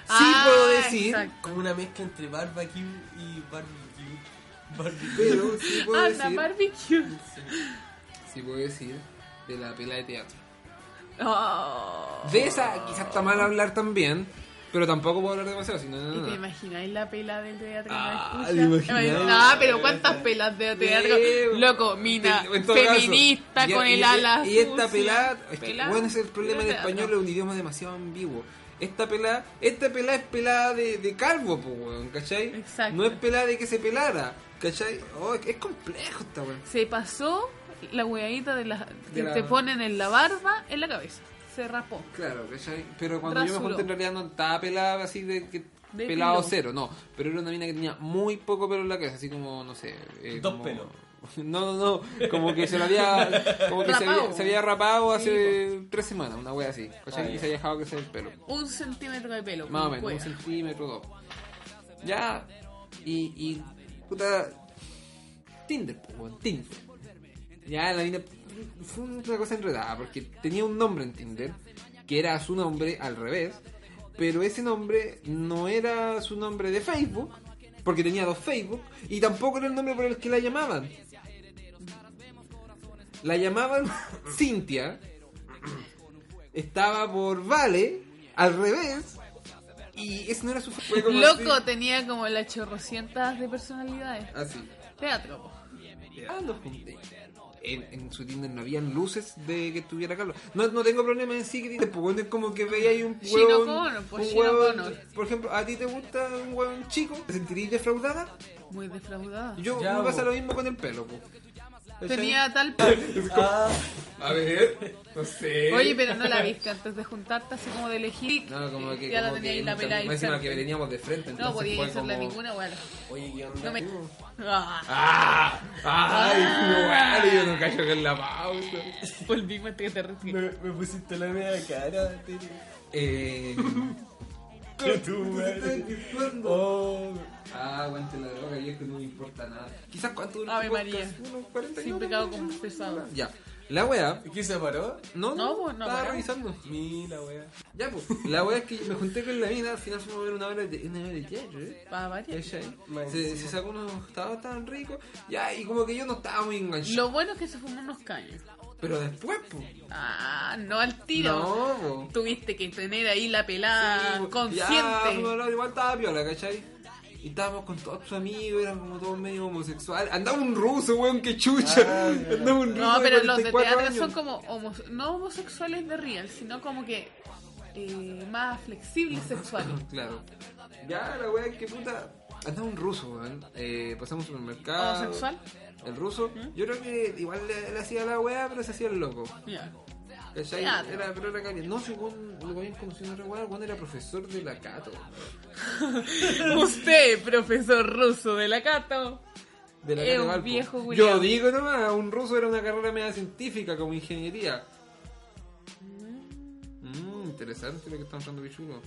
[SPEAKER 2] Sí
[SPEAKER 3] Ah,
[SPEAKER 2] puedo decir,
[SPEAKER 3] exacto.
[SPEAKER 1] Como una mezcla entre barbecue y barbecue. Barbecue.
[SPEAKER 2] pero sí puedo
[SPEAKER 3] Anda,
[SPEAKER 2] decir,
[SPEAKER 3] barbecue.
[SPEAKER 2] sí puedo decir de la pela de teatro.
[SPEAKER 3] Oh.
[SPEAKER 2] De esa quizás está mal hablar también, pero tampoco puedo hablar demasiado, si no, no,
[SPEAKER 3] ¿Y te
[SPEAKER 2] no, no.
[SPEAKER 3] imagináis la pela del teatro?
[SPEAKER 2] Ah,
[SPEAKER 3] Ah,
[SPEAKER 2] ¿te imaginas?
[SPEAKER 3] ah, pero ¿cuántas pelas de teatro?
[SPEAKER 2] Sí, pues.
[SPEAKER 3] Loco, mina,
[SPEAKER 2] en todo caso.
[SPEAKER 3] feminista
[SPEAKER 2] Y- e-
[SPEAKER 3] con
[SPEAKER 2] y-
[SPEAKER 3] el ala
[SPEAKER 2] Y esta
[SPEAKER 3] sucia.
[SPEAKER 2] pelada, es que,
[SPEAKER 3] Pelada,
[SPEAKER 2] bueno, ese es el problema en
[SPEAKER 3] pelada de
[SPEAKER 2] español, es
[SPEAKER 3] teatro.
[SPEAKER 2] un idioma demasiado ambiguo. Esta pelada, esta pelada es pelada de, de calvo, po, weón, ¿cachai?
[SPEAKER 3] Exacto.
[SPEAKER 2] No es pelada de que se pelara, ¿cachai? Oh, es, es complejo esta weón.
[SPEAKER 3] Se pasó la hueadita de la, que
[SPEAKER 2] la-
[SPEAKER 3] te ponen en la barba en la cabeza. Se rapó.
[SPEAKER 2] Claro, ¿cachai? Pero cuando yo me
[SPEAKER 3] Rasuró.
[SPEAKER 2] junté en realidad no estaba pelada así de que
[SPEAKER 3] De
[SPEAKER 2] pelado
[SPEAKER 3] pelo.
[SPEAKER 2] cero, no. Pero era una mina que tenía muy poco pelo en la cabeza, así como, no sé. eh,
[SPEAKER 1] Dos
[SPEAKER 2] como-
[SPEAKER 1] pelos.
[SPEAKER 2] No, no, no. Como que se lo había. Como que se
[SPEAKER 3] Rapado.
[SPEAKER 2] había, se había rapado hace tres semanas, una wea así. ¿cachai?
[SPEAKER 1] Ah,
[SPEAKER 2] y
[SPEAKER 1] ya.
[SPEAKER 2] se había dejado crecer el pelo.
[SPEAKER 3] Un centímetro de pelo.
[SPEAKER 2] Más o
[SPEAKER 3] como
[SPEAKER 2] menos, un
[SPEAKER 3] cueva.
[SPEAKER 2] centímetro, dos. Ya. Y. y puta. Tinder, po, weón, Tinder. Ya, la mina. Fue una cosa enredada, porque tenía un nombre en Tinder, que era su nombre al revés, pero ese nombre no era su nombre de Facebook, porque tenía dos Facebook, y tampoco era el nombre por el que la llamaban. La llamaban Cintia, estaba por Vale, al revés, y ese no era su fue como
[SPEAKER 3] Loco,
[SPEAKER 2] así.
[SPEAKER 3] tenía como las chorrocientas de personalidades.
[SPEAKER 2] Así.
[SPEAKER 3] Teatro. po.
[SPEAKER 2] Ah, los junté. En, en su Tinder no habían luces de que tuviera calor. No, no tengo problema en sí que Tinder, pues bueno, es como que veía ahí un
[SPEAKER 3] Gino
[SPEAKER 2] hueón.
[SPEAKER 3] Connor, pues,
[SPEAKER 2] un
[SPEAKER 3] Gino
[SPEAKER 2] hueón-
[SPEAKER 3] Connor.
[SPEAKER 2] Por ejemplo, ¿a ti te gusta un hueón chico? ¿Te sentirías defraudada?
[SPEAKER 3] Muy defraudada.
[SPEAKER 2] Yo
[SPEAKER 1] Ya,
[SPEAKER 2] me pasa
[SPEAKER 1] po.
[SPEAKER 2] lo mismo con el pelo, pues.
[SPEAKER 3] Tenía tal pelo.
[SPEAKER 1] Ah,
[SPEAKER 2] A ver, no sé.
[SPEAKER 3] Oye, pero no la viste antes de juntarte, así como de elegir.
[SPEAKER 2] No, como que.
[SPEAKER 3] ya la
[SPEAKER 2] como
[SPEAKER 3] tenía
[SPEAKER 2] que
[SPEAKER 3] ahí la
[SPEAKER 2] mucha-
[SPEAKER 3] pela ahí
[SPEAKER 2] más encima
[SPEAKER 3] cerca.
[SPEAKER 2] que veníamos de frente, entonces
[SPEAKER 3] No podía
[SPEAKER 2] fue
[SPEAKER 3] hacerla
[SPEAKER 2] como- Uh.
[SPEAKER 3] ninguna, bueno.
[SPEAKER 1] oye, ¿qué onda?
[SPEAKER 3] No me-
[SPEAKER 1] tú?
[SPEAKER 3] Ah,
[SPEAKER 2] ¡Ah! ¡Ay, igual! Yo no cacho con la pausa.
[SPEAKER 3] volvimos extraterrestre.
[SPEAKER 1] Me, me pusiste la media cara, Tere.
[SPEAKER 2] Eh.
[SPEAKER 1] Que tú, madre. Oh,
[SPEAKER 2] Ah, aguante la droga, viejo, no me importa nada. Quizás cuánto dura
[SPEAKER 3] Ave
[SPEAKER 2] este podcast?
[SPEAKER 3] María.
[SPEAKER 2] Unos 40
[SPEAKER 3] Sin
[SPEAKER 2] minutos,
[SPEAKER 3] pecado
[SPEAKER 2] ¿no?
[SPEAKER 3] confesado.
[SPEAKER 2] Ya. La wea.
[SPEAKER 1] ¿qué se paró?
[SPEAKER 2] No,
[SPEAKER 3] No,
[SPEAKER 2] no,
[SPEAKER 3] pues, no
[SPEAKER 2] estaba
[SPEAKER 3] paramos.
[SPEAKER 2] revisando.
[SPEAKER 1] Mira, wea.
[SPEAKER 2] Ya, pues. La wea es que me junté con la mina, al final fuimos a ver una hora de, una hora de teatro, ¿eh?
[SPEAKER 3] Pa' variar.
[SPEAKER 2] ¿Cachai?
[SPEAKER 1] Más
[SPEAKER 2] Se,
[SPEAKER 1] encima.
[SPEAKER 2] se sacó unos estados tan ricos, ya, y como que yo no estaba muy enganchado.
[SPEAKER 3] Lo bueno es que se fumó unos caños.
[SPEAKER 2] Pero después, pues.
[SPEAKER 3] Ah, no al tiro.
[SPEAKER 2] No, pues.
[SPEAKER 3] Tuviste que tener ahí la pelada Ah, consciente.
[SPEAKER 2] Ya, fuimos a hablar, igual estaba piola, ¿cachai? Y estábamos con todos tus amigos, eran como todos medio homosexuales. Andaba un ruso, weón, que chucha. Andaba un ruso.
[SPEAKER 3] no, pero
[SPEAKER 2] de
[SPEAKER 3] los de
[SPEAKER 2] 44
[SPEAKER 3] teatro
[SPEAKER 2] años.
[SPEAKER 3] son como homo- no homosexuales de real, sino como que eh, más flexibles sexuales.
[SPEAKER 2] Claro. Ya, la weá, que puta. Andaba un ruso, weón. Eh, pasamos a un supermercado.
[SPEAKER 3] ¿Homosexual? ¿Mm?
[SPEAKER 2] el ruso, yo creo que igual le, le hacía la weá, pero se hacía el loco.
[SPEAKER 3] Ya.
[SPEAKER 2] ¿Cachai?
[SPEAKER 3] Teatro.
[SPEAKER 2] Era, pero era caliente. No, según lo voy a otra weá, el weón era profesor de la Cato.
[SPEAKER 3] Usted, profesor ruso de la Cato.
[SPEAKER 2] De la
[SPEAKER 3] Es
[SPEAKER 2] Cato
[SPEAKER 3] un
[SPEAKER 2] Valpo.
[SPEAKER 3] viejo
[SPEAKER 2] Yo
[SPEAKER 3] culiao.
[SPEAKER 2] digo nomás, un ruso era una carrera media científica como ingeniería. Mm, interesante lo que está mostrando Pichulo.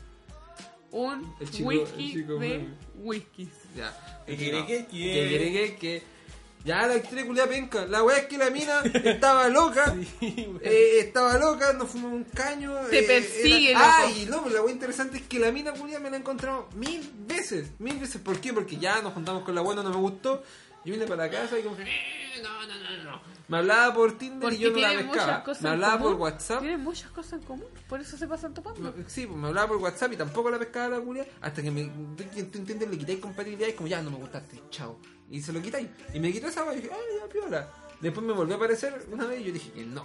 [SPEAKER 3] Un
[SPEAKER 2] El chico-
[SPEAKER 3] whisky
[SPEAKER 2] el chico
[SPEAKER 3] de
[SPEAKER 2] mami.
[SPEAKER 3] whiskies.
[SPEAKER 2] Ya.
[SPEAKER 1] Que quiere que quiere.
[SPEAKER 2] Que quiere que que- Ya la actriz culia penca. La weá es que la mina estaba loca. eh, estaba loca, nos fumó un caño.
[SPEAKER 3] Te
[SPEAKER 2] eh,
[SPEAKER 3] persigue,
[SPEAKER 2] era- Ah,
[SPEAKER 3] loco.
[SPEAKER 2] y no, la weá interesante es que la mina culia me la he encontrado mil veces. Mil veces. ¿Por qué? Porque ya nos juntamos con la buena, no me gustó. Yo vine para la casa y como que, "Eh, no, no, no, no. Me hablaba por Tinder
[SPEAKER 3] Porque
[SPEAKER 2] y yo no la
[SPEAKER 3] tienen muchas
[SPEAKER 2] pescaba.
[SPEAKER 3] cosas
[SPEAKER 2] Me
[SPEAKER 3] en
[SPEAKER 2] hablaba por
[SPEAKER 3] común.
[SPEAKER 2] WhatsApp.
[SPEAKER 3] Tienen muchas cosas en común. Por eso se pasan topando.
[SPEAKER 2] Sí, pues me hablaba por WhatsApp y tampoco la pescaba la culia. Hasta que me, tú entiendes, le quitáis compatibilidad y es como ya no me gustaste, chao. Y se lo quitáis. Y me quitó esa weá y dije, ah, ya piola. Después me volvió a aparecer una vez y yo dije que no.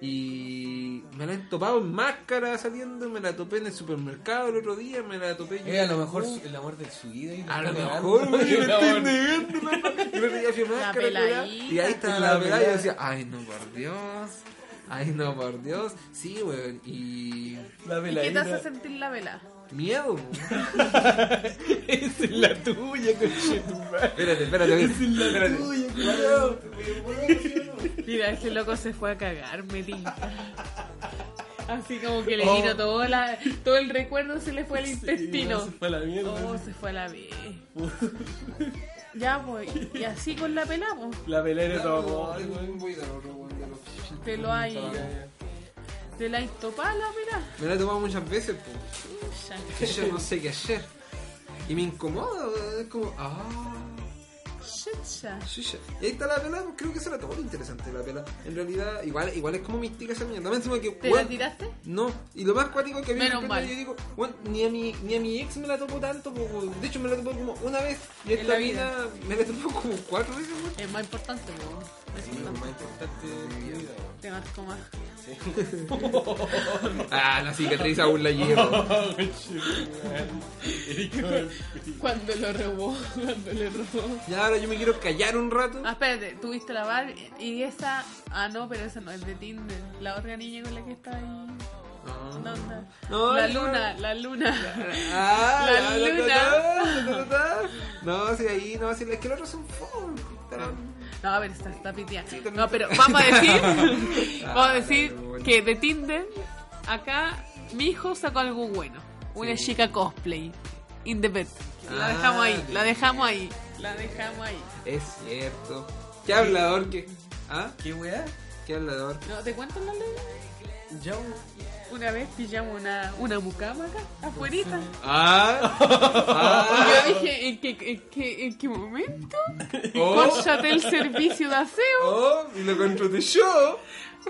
[SPEAKER 2] Y me la he topado en máscara saliendo, me la topé en el supermercado el otro día, me la topé. yo
[SPEAKER 1] Era Eh, a lo
[SPEAKER 2] dije,
[SPEAKER 1] mejor
[SPEAKER 2] "Uh,
[SPEAKER 1] el amor de su vida. y-
[SPEAKER 2] a lo mejor, güey, yo me estoy negando, mamá. Y me tenía que máscara,
[SPEAKER 3] peladita.
[SPEAKER 2] pelada, Y ahí estaba
[SPEAKER 1] La
[SPEAKER 2] la pelada y yo
[SPEAKER 1] pelada.
[SPEAKER 2] decía, ay no por Dios, ay no por Dios. Sí, weón, y
[SPEAKER 1] La
[SPEAKER 3] ¿Y qué te
[SPEAKER 1] veladita.
[SPEAKER 3] hace sentir la vela?
[SPEAKER 2] miedo,
[SPEAKER 1] Esa
[SPEAKER 2] weón.
[SPEAKER 1] es la tuya, conchetumar.
[SPEAKER 2] Espérate, espérate, espérate.
[SPEAKER 1] Tuya, cuidado. Te
[SPEAKER 3] Mira, ese loco se fue a cagar, me tinca. Así como que le
[SPEAKER 1] Oh.
[SPEAKER 3] vino todo, la, todo el recuerdo, se le fue al intestino.
[SPEAKER 1] Se fue a la
[SPEAKER 3] Oh,
[SPEAKER 1] mierda.
[SPEAKER 3] se fue a la vez. ya, pues, y así con la pela, pues,
[SPEAKER 1] La pelea era tu amor, weón.
[SPEAKER 2] Me
[SPEAKER 3] te lo hay, te la hay topada la pela.
[SPEAKER 2] la he tomado muchas veces, po.
[SPEAKER 3] Pucha.
[SPEAKER 2] Que yo no sé qué hacer. Y me incomoda, es como, ah,
[SPEAKER 3] Chucha.
[SPEAKER 2] chucha. Y ahí está la pela, pues, creo que será todo lo interesante de la pela. En realidad, igual, igual es como mística esa mierda. Me encima que,
[SPEAKER 3] ¿Te
[SPEAKER 2] weón,
[SPEAKER 3] la tiraste?
[SPEAKER 2] No, y lo más cuático que a mí me
[SPEAKER 3] Menos
[SPEAKER 2] sorprende,
[SPEAKER 3] mal.
[SPEAKER 2] yo digo, bueno, ni a mi, ni a mi ex me la topo tanto, po, weón. de hecho me la topo como una vez, y
[SPEAKER 3] En
[SPEAKER 2] esta
[SPEAKER 3] la
[SPEAKER 2] vida
[SPEAKER 3] vida.
[SPEAKER 2] me la topo como cuatro veces, weón.
[SPEAKER 3] Es más importante, pues.
[SPEAKER 1] Sí, lo más importante de mi vida, weón.
[SPEAKER 3] Te marco más.
[SPEAKER 2] Ah, la cicatriz aún la llevo.
[SPEAKER 3] Cuando lo robó, cuando le robó.
[SPEAKER 2] Y ahora yo me quiero callar un rato.
[SPEAKER 3] Ah, espérate, tuviste la bar y esa. Ah, no, pero esa no es de Tinder. La otra niña con la que está ahí.
[SPEAKER 2] Ah.
[SPEAKER 3] No, no.
[SPEAKER 2] No,
[SPEAKER 3] la
[SPEAKER 2] yo-
[SPEAKER 3] luna, la luna.
[SPEAKER 2] Ah,
[SPEAKER 3] La
[SPEAKER 2] la- la-
[SPEAKER 3] luna.
[SPEAKER 2] la- la- la- la- No, si ahí, no, si es que los otros son fome.
[SPEAKER 3] No, a ver, está, está pitiada.
[SPEAKER 2] también
[SPEAKER 3] No,
[SPEAKER 2] está-
[SPEAKER 3] pero vamos a decir, vamos a
[SPEAKER 2] Ah,
[SPEAKER 3] decir
[SPEAKER 2] la luna.
[SPEAKER 3] que de Tinder, acá mi hijo sacó algo bueno. Una
[SPEAKER 2] Sí.
[SPEAKER 3] chica cosplay. In the bed. La
[SPEAKER 2] Ah,
[SPEAKER 3] dejamos ahí, la
[SPEAKER 2] bien.
[SPEAKER 3] dejamos ahí. La dejamos ahí.
[SPEAKER 2] Es cierto. Qué hablador que. ¿Ah?
[SPEAKER 1] ¿Qué weá?
[SPEAKER 2] Qué hablador.
[SPEAKER 3] ¿No te cuento la ley?
[SPEAKER 1] Ya,
[SPEAKER 3] Una vez pillamos una, una mucama acá, afuerita.
[SPEAKER 2] Ah,
[SPEAKER 3] Y yo dije, ¿en qué, en qué, en qué momento?
[SPEAKER 2] oh,
[SPEAKER 3] Cóllate el servicio de aseo.
[SPEAKER 2] oh, y lo contraté yo.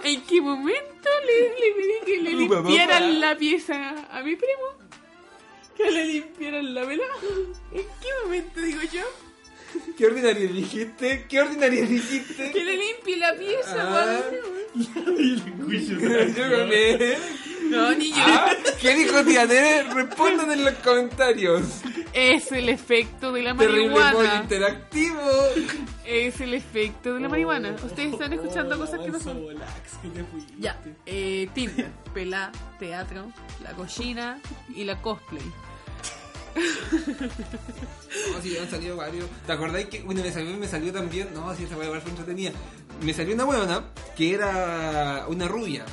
[SPEAKER 3] ¿En qué momento le, le pedí que le
[SPEAKER 2] Tu mamá.
[SPEAKER 3] limpiaran la pieza a mi primo? Que le limpiaran la vela. ¿En qué momento digo yo?
[SPEAKER 2] Qué ordinario dijiste, qué ordinario
[SPEAKER 3] Que
[SPEAKER 2] dijiste.
[SPEAKER 3] le limpie la pieza
[SPEAKER 2] Ah.
[SPEAKER 3] para mi primo.
[SPEAKER 2] Yo gané.
[SPEAKER 3] No, ni yo.
[SPEAKER 2] Ah, ¿Qué dijo Tía Tere? Respondan en los comentarios.
[SPEAKER 3] Es el efecto de la
[SPEAKER 2] Terrible pollo
[SPEAKER 3] marihuana.
[SPEAKER 2] interactivo.
[SPEAKER 3] Es el efecto de la marihuana. Ustedes están escuchando cosas que no son.
[SPEAKER 1] Solax, que te fuiste.
[SPEAKER 3] Ya, eh, Tinder, pelá, teatro, la cocina y la cosplay.
[SPEAKER 2] No, Oh, sí, han salido varios. ¿Te acordáis que una vez a mí me salió también? No, sí, esa hueá igual fue entretenida. Me salió una huevona que era una rubia.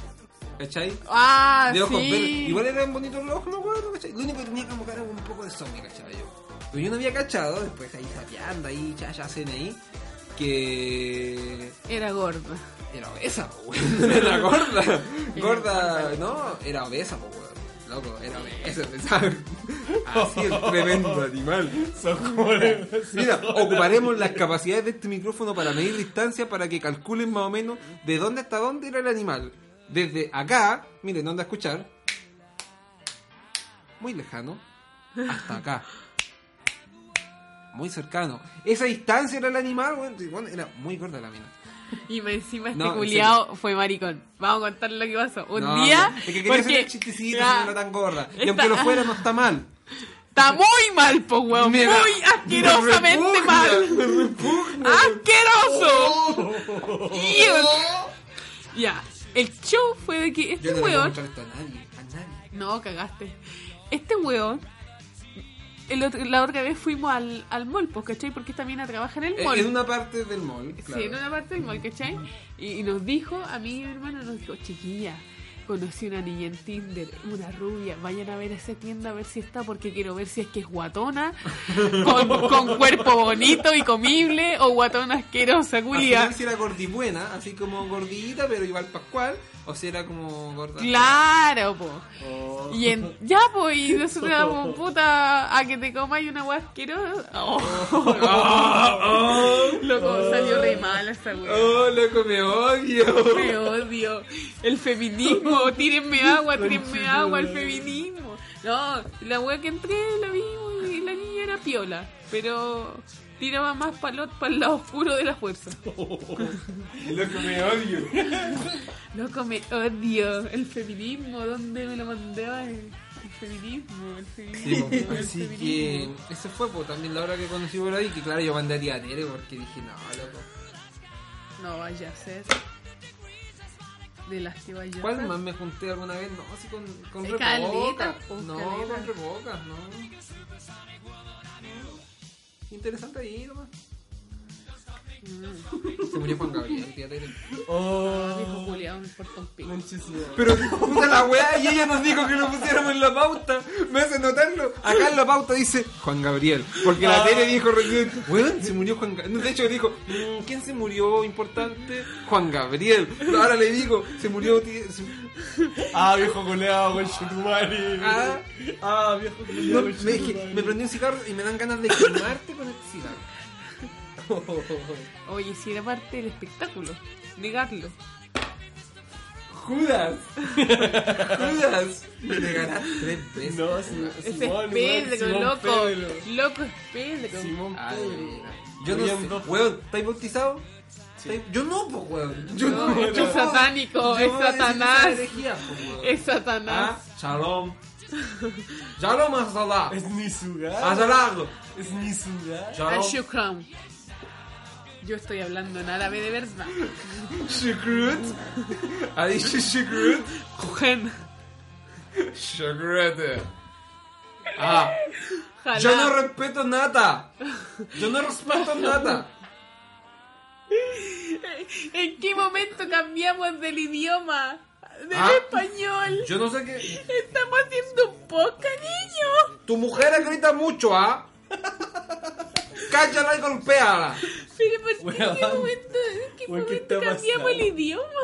[SPEAKER 2] ¿Cachai?
[SPEAKER 3] Ah,
[SPEAKER 2] De ojos verdes.
[SPEAKER 3] sí.
[SPEAKER 2] Igual eran bonitos los ojos, no huevona, ¿cachai? Lo único que tenía como cara era un poco de zombie, ¿cachai? Yo. Pero yo no había cachado, después ahí sapeando, ahí, ya, ya, ahí, que
[SPEAKER 3] Era gorda.
[SPEAKER 2] era obesa, po, weón. Era gorda. Gorda,
[SPEAKER 3] Era
[SPEAKER 2] no, era obesa, po, weón. Loco, era obesa, pensaba. Así el tremendo animal.
[SPEAKER 1] Son como la-
[SPEAKER 2] Mira, ocuparemos las capacidades de este micrófono para medir distancia para que calculen más o menos de dónde hasta dónde era el animal. Desde acá, miren, dónde a escuchar. Muy lejano. Hasta acá. Muy cercano. Esa distancia era el animal, weón. Y, bueno, era muy gorda la mina.
[SPEAKER 3] Y me encima este
[SPEAKER 2] No, en
[SPEAKER 3] culiao fue maricón. Vamos a contar lo que pasó. Un
[SPEAKER 2] No,
[SPEAKER 3] día.
[SPEAKER 2] no, Es que quería
[SPEAKER 3] porque,
[SPEAKER 2] hacer el chistecito,
[SPEAKER 3] Ah,
[SPEAKER 2] señora tan gorda. Y
[SPEAKER 3] Esta-
[SPEAKER 2] aunque lo fuera, no está mal.
[SPEAKER 3] Está muy mal, po, weón.
[SPEAKER 2] Me da-
[SPEAKER 3] muy asquerosamente mal.
[SPEAKER 2] Me repugna.
[SPEAKER 3] ¡Asqueroso! Iu.
[SPEAKER 2] Oh.
[SPEAKER 3] Ya. El show fue de que este
[SPEAKER 2] Yo no le voy a
[SPEAKER 3] weón
[SPEAKER 2] contar esto a nadie, a nadie.
[SPEAKER 3] No, cagaste. Este weón. el otro- la otra vez fuimos al, al mall, pues, ¿cachai? Porque esta mina trabaja en el mall.
[SPEAKER 2] Eh, En una parte del mall, claro.
[SPEAKER 3] Sí, en una parte del mall, ¿cachai? Y, y nos dijo, a mí y mi hermano nos dijo, chiquilla, conocí una niña en Tinder, una rubia, vayan a ver esa tienda a ver si está, porque quiero ver si es que es guatona, con, con cuerpo bonito y comible, o guatona asquerosa,
[SPEAKER 2] Al
[SPEAKER 3] culia.
[SPEAKER 2] final si era gordibuena, así como gordita, pero igual pascual, o si era como gorda.
[SPEAKER 3] Claro, po.
[SPEAKER 1] Oh.
[SPEAKER 3] Y en, ya, pues, y nosotros éramos puta a que te comas y una hueá asquerosa. Oh. Loco, salió re mal esta hueá.
[SPEAKER 2] Oh, loco, me odio.
[SPEAKER 3] Me odio. El feminismo, tírenme agua, tírenme agua, el feminismo. No, la hueá que entré la vimos y la niña era piola, pero tiraba más para el lado oscuro de la fuerza.
[SPEAKER 2] Loco, me odio.
[SPEAKER 3] Loco, me odio. El feminismo, ¿dónde me lo mandaba? El feminismo, el feminismo. el
[SPEAKER 2] Así que
[SPEAKER 3] feminismo.
[SPEAKER 2] ese fue pues, también la hora que conocí por ahí, que claro, yo mandé a tía Tere porque dije, no, loco.
[SPEAKER 3] No vaya a ser. De las que vaya a
[SPEAKER 2] ¿Cuál
[SPEAKER 3] ser.
[SPEAKER 2] más me junté alguna vez? No, así con, con
[SPEAKER 3] Hay
[SPEAKER 2] repocas.
[SPEAKER 3] caleta, pues,
[SPEAKER 2] No,
[SPEAKER 3] caleta.
[SPEAKER 2] con repocas, no. Interesante ahí nomás.
[SPEAKER 3] Mm,
[SPEAKER 2] Se murió Juan Gabriel, tía Tere.
[SPEAKER 3] Dijo
[SPEAKER 1] Oh.
[SPEAKER 3] Julián, me importa un pico.
[SPEAKER 1] Conches, no.
[SPEAKER 2] Pero puta la weá, y ella nos dijo que lo pusiéramos en la pauta. Me hace notarlo. Acá en la pauta dice Juan Gabriel. Porque
[SPEAKER 1] Ah.
[SPEAKER 2] la tele dijo recién, weón, se murió Juan Gabriel. De hecho dijo, mm, ¿quién se murió importante? Juan Gabriel. Ahora le digo, se murió. ti- se-
[SPEAKER 1] Ah, viejo culeado, conchetumare.
[SPEAKER 2] Ah.
[SPEAKER 1] Ah, viejo
[SPEAKER 2] No,
[SPEAKER 1] culeado,
[SPEAKER 2] me, dije, me prendí un cigarro y me dan ganas de quemarte con este cigarro.
[SPEAKER 3] Oye, si era parte del espectáculo. Negarlo.
[SPEAKER 2] Judas. Judas. Me negaste tres veces.
[SPEAKER 1] No, Simón,
[SPEAKER 3] Ese
[SPEAKER 1] Simón,
[SPEAKER 3] es Pedro,
[SPEAKER 1] Simón
[SPEAKER 3] loco.
[SPEAKER 1] Pedro.
[SPEAKER 3] Loco es Pedro.
[SPEAKER 1] Simón
[SPEAKER 2] Ay,
[SPEAKER 1] Pedro.
[SPEAKER 2] Yo no
[SPEAKER 1] Habían
[SPEAKER 2] sé,
[SPEAKER 1] dos-
[SPEAKER 2] weón, ¿estáis bautizados? ¿Estáis- Yo no, pues, weón. Yo
[SPEAKER 3] No,
[SPEAKER 2] no,
[SPEAKER 3] es que es satánico,
[SPEAKER 2] Yo
[SPEAKER 3] es
[SPEAKER 2] voy a decir
[SPEAKER 3] Satanás.
[SPEAKER 2] esa herejía, pues, weón.
[SPEAKER 3] Es
[SPEAKER 2] Ah,
[SPEAKER 3] Satanás.
[SPEAKER 2] shalom. Shalom a Salah.
[SPEAKER 1] Es ni su
[SPEAKER 2] A Salah.
[SPEAKER 1] Es ni su gato.
[SPEAKER 3] Al
[SPEAKER 2] Shalom.
[SPEAKER 3] Shukran. Yo estoy hablando en árabe de verdad.
[SPEAKER 2] Shukrut. Ahí dice Shukrut.
[SPEAKER 3] Kuchen.
[SPEAKER 2] Shukrut. Ah,
[SPEAKER 3] Jalá.
[SPEAKER 2] yo no respeto nada. Yo no respeto nada.
[SPEAKER 3] ¿En qué momento cambiamos del idioma? Del
[SPEAKER 2] Ah.
[SPEAKER 3] español.
[SPEAKER 2] Yo no sé qué.
[SPEAKER 3] Estamos haciendo un podcast, niño.
[SPEAKER 2] Tu mujer grita mucho, ¿ah? Cállala y golpéala.
[SPEAKER 3] Pero ¿por qué? ¿En qué
[SPEAKER 1] Weón.
[SPEAKER 3] momento, en qué
[SPEAKER 1] Weón, ¿qué
[SPEAKER 3] momento
[SPEAKER 1] está
[SPEAKER 3] cambiamos el
[SPEAKER 1] pasando?
[SPEAKER 3] idioma?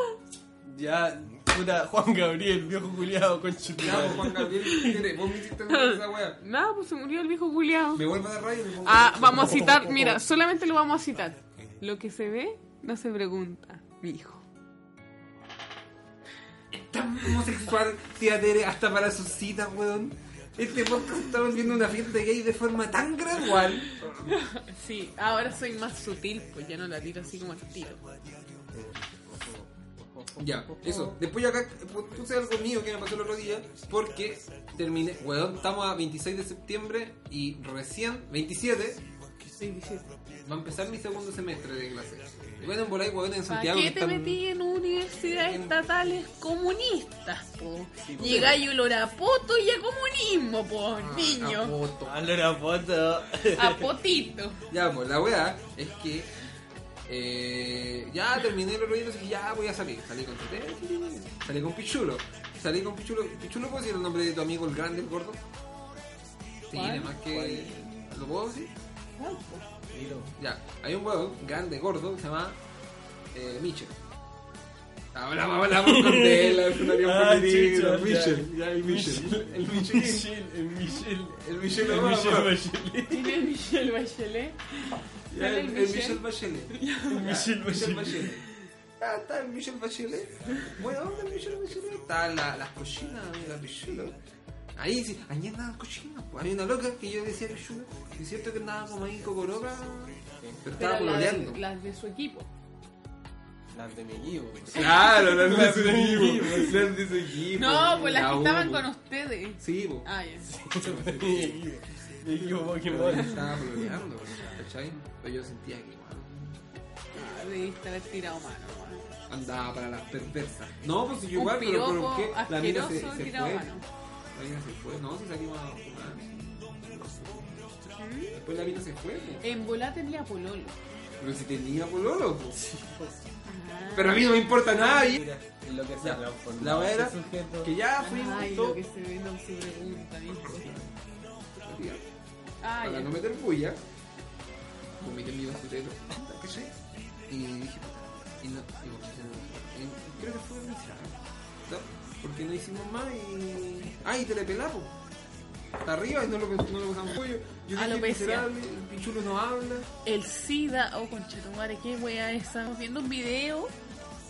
[SPEAKER 1] Ya, puta, Juan Gabriel, viejo culeado,
[SPEAKER 2] Ya, pues, Juan
[SPEAKER 1] conchetumare.
[SPEAKER 2] Gabriel, ¿qué quieres? Vos me hiciste hacer esa wea.
[SPEAKER 3] Nada, pues se murió el viejo Julián.
[SPEAKER 2] Me vuelvo de rayo. y me pongo-
[SPEAKER 3] Ah, vamos a citar, mira, solamente lo vamos a citar. Lo que se ve no se pregunta, mi hijo.
[SPEAKER 2] Tan homosexual, tía Tere, hasta para sus citas, weón. Este podcast está volviendo una fiesta gay de forma tan gradual.
[SPEAKER 3] Sí, ahora soy más sutil, pues ya no la tiro así como el tiro.
[SPEAKER 2] Ya, eso. Después yo acá pues, puse algo mío que me pasó el otro día porque terminé. Weón, estamos a 26 de septiembre y recién, 27, va a empezar mi segundo semestre de clases. Y bueno, en Bolay, weón, en
[SPEAKER 3] ¿Para
[SPEAKER 2] Santiago.
[SPEAKER 3] qué
[SPEAKER 2] que
[SPEAKER 3] te
[SPEAKER 2] están-
[SPEAKER 3] metí en universidades
[SPEAKER 2] en- pues,
[SPEAKER 3] estatales comunistas, po?
[SPEAKER 1] Sí, po.
[SPEAKER 3] Llegáis olor a poto y a comunismo, po,
[SPEAKER 2] Ah, a
[SPEAKER 3] niño.
[SPEAKER 2] voto.
[SPEAKER 1] Alora foto.
[SPEAKER 3] A potito.
[SPEAKER 2] Ya, pues la weá es que eh, ya terminé el rollo y ya voy a salir. Salí con Tete, salí con Pichulo. Salí con Pichulo. ¿Pichulo puedo decir el nombre de tu amigo el grande, el gordo? Sí,
[SPEAKER 3] ¿Cuál?
[SPEAKER 2] nada más que. ¿Lo puedo decir? Ya, hay un huevo grande, gordo, que se llama eh, Michel. Hablamos, hablamos con él, es un avión
[SPEAKER 1] Ah,
[SPEAKER 2] perdido,
[SPEAKER 1] chucha,
[SPEAKER 2] Michel, ya, el Michel,
[SPEAKER 1] Michel.
[SPEAKER 2] el Michel,
[SPEAKER 1] Michel, el Michel.
[SPEAKER 2] el
[SPEAKER 1] El
[SPEAKER 2] Michel,
[SPEAKER 1] Michel
[SPEAKER 2] Obama.
[SPEAKER 1] Bachelet.
[SPEAKER 3] ¿Tiene el Michelle Bachelet?
[SPEAKER 2] Ya, eh,
[SPEAKER 3] ¿Sale
[SPEAKER 2] el el Michel Bachelet.
[SPEAKER 1] El Michel
[SPEAKER 2] Michelle
[SPEAKER 1] Bachelet.
[SPEAKER 2] Bachelet. Ah, está el Michelle Bachelet. Bueno, ¿dónde el Michelle Bachelet? Está la, las cocinas de la Pichulo. Ahí sí, ahí andaban cochinas. Pues. Había una loca que yo decía Pichulo. Y es cierto que andaba como ahí cocoroca. Pero estaba
[SPEAKER 3] Pero las-
[SPEAKER 2] pololeando.
[SPEAKER 3] las de su equipo.
[SPEAKER 1] Las de Meguibo.
[SPEAKER 2] Claro, las
[SPEAKER 1] Las
[SPEAKER 2] de
[SPEAKER 1] de
[SPEAKER 2] Seguivo.
[SPEAKER 1] Seguivo.
[SPEAKER 2] Las de Seguivo.
[SPEAKER 3] No, pues las
[SPEAKER 2] La
[SPEAKER 3] que
[SPEAKER 2] U,
[SPEAKER 3] estaban
[SPEAKER 2] pues.
[SPEAKER 3] con ustedes.
[SPEAKER 2] Sí, po.
[SPEAKER 3] Ah, ya.
[SPEAKER 1] Meguibo. Meguibo
[SPEAKER 2] Pero yo
[SPEAKER 1] Pokémon.
[SPEAKER 2] estaba pololeando, po, ¿cachai? Pero yo sentía que, bueno,
[SPEAKER 3] Debiste Ah, haber tirado mano. mano.
[SPEAKER 2] andaba para las perversas. No, pues si yo
[SPEAKER 3] Un
[SPEAKER 2] igual, pero
[SPEAKER 3] piropo
[SPEAKER 2] ¿por qué? La mina se,
[SPEAKER 3] asqueroso
[SPEAKER 2] se
[SPEAKER 3] tirado
[SPEAKER 2] fue.
[SPEAKER 3] a mano.
[SPEAKER 2] La mina se fue. No, si salimos a fumar. No sé.
[SPEAKER 3] ¿Mm?
[SPEAKER 2] Después la mina se fue, po.
[SPEAKER 3] En volá tenía pololo.
[SPEAKER 2] Pero si tenía pololo, po.
[SPEAKER 3] pues. Ah.
[SPEAKER 2] Pero a mí no me importa nada, y-
[SPEAKER 1] Mira, es lo que se
[SPEAKER 2] Ya.
[SPEAKER 1] transformó.
[SPEAKER 2] La weá era
[SPEAKER 1] Ese sujeto.
[SPEAKER 2] que ya pues, fuimos
[SPEAKER 3] Ay,
[SPEAKER 2] todos-
[SPEAKER 3] lo que se ve no se pregunta, ¿viste?
[SPEAKER 2] Pues,
[SPEAKER 3] Ah,
[SPEAKER 2] para
[SPEAKER 3] ya.
[SPEAKER 2] no meter bulla, vomité en mi basurero, ¿cachai? Y dije, puta, y no, y vomité en el basurero. Y creo que fue mi ¿no? Porque no hicimos más y... ¡Ay, te le pelamos! Está arriba y no lo, no lo pasamos pollo. Yo dije,
[SPEAKER 3] Alopecia.
[SPEAKER 2] miserable, el pichulo no habla.
[SPEAKER 3] El SIDA, oh conchetumare, qué wea esa. Estamos viendo un video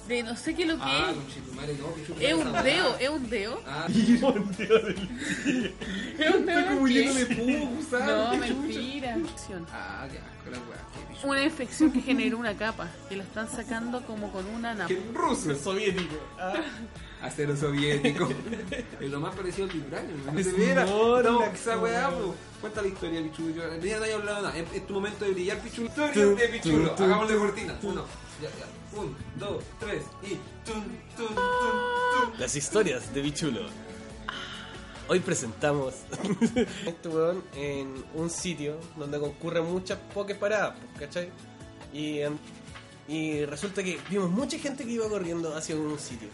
[SPEAKER 3] de no sé qué lo que
[SPEAKER 2] Ah, con chitumare, no, pichulo.
[SPEAKER 3] es. Es
[SPEAKER 2] no
[SPEAKER 3] un
[SPEAKER 2] habla.
[SPEAKER 3] deo, es un deo.
[SPEAKER 2] Ah,
[SPEAKER 3] Es un deo.
[SPEAKER 2] estoy como
[SPEAKER 3] ¿qué?
[SPEAKER 2] lleno de pugo, gusano.
[SPEAKER 3] No,
[SPEAKER 2] qué chucha.
[SPEAKER 3] mentira.
[SPEAKER 2] Ah, qué asco la weá, qué pichulo.
[SPEAKER 3] Una infección que generó una capa, que la están sacando como con una napa.
[SPEAKER 2] Qué ruso.
[SPEAKER 1] soviético. Ah,
[SPEAKER 2] acero soviético. es lo más parecido al vibranium. No
[SPEAKER 1] Es
[SPEAKER 2] se viera.
[SPEAKER 1] morla,
[SPEAKER 2] No, esa weá,
[SPEAKER 1] weón.
[SPEAKER 2] po. Cuenta la historia, Pichulo. Yo en realidad no he hablado nada. Es, es tu momento de brillar, Pichulo. Historia
[SPEAKER 1] Tú,
[SPEAKER 2] de Pichulo.
[SPEAKER 1] tú, tú,
[SPEAKER 2] Hagámosle cortina. Uno, ya, ya. Un, dos, tres y. Tun, tun, tun, tun.
[SPEAKER 5] Las historias de Bichulo. Hoy presentamos.
[SPEAKER 1] este weón en un sitio donde concurren muchas pokés paradas, pues, ¿cachai? Y, en- y resulta que vimos mucha gente que iba corriendo hacia un sitio.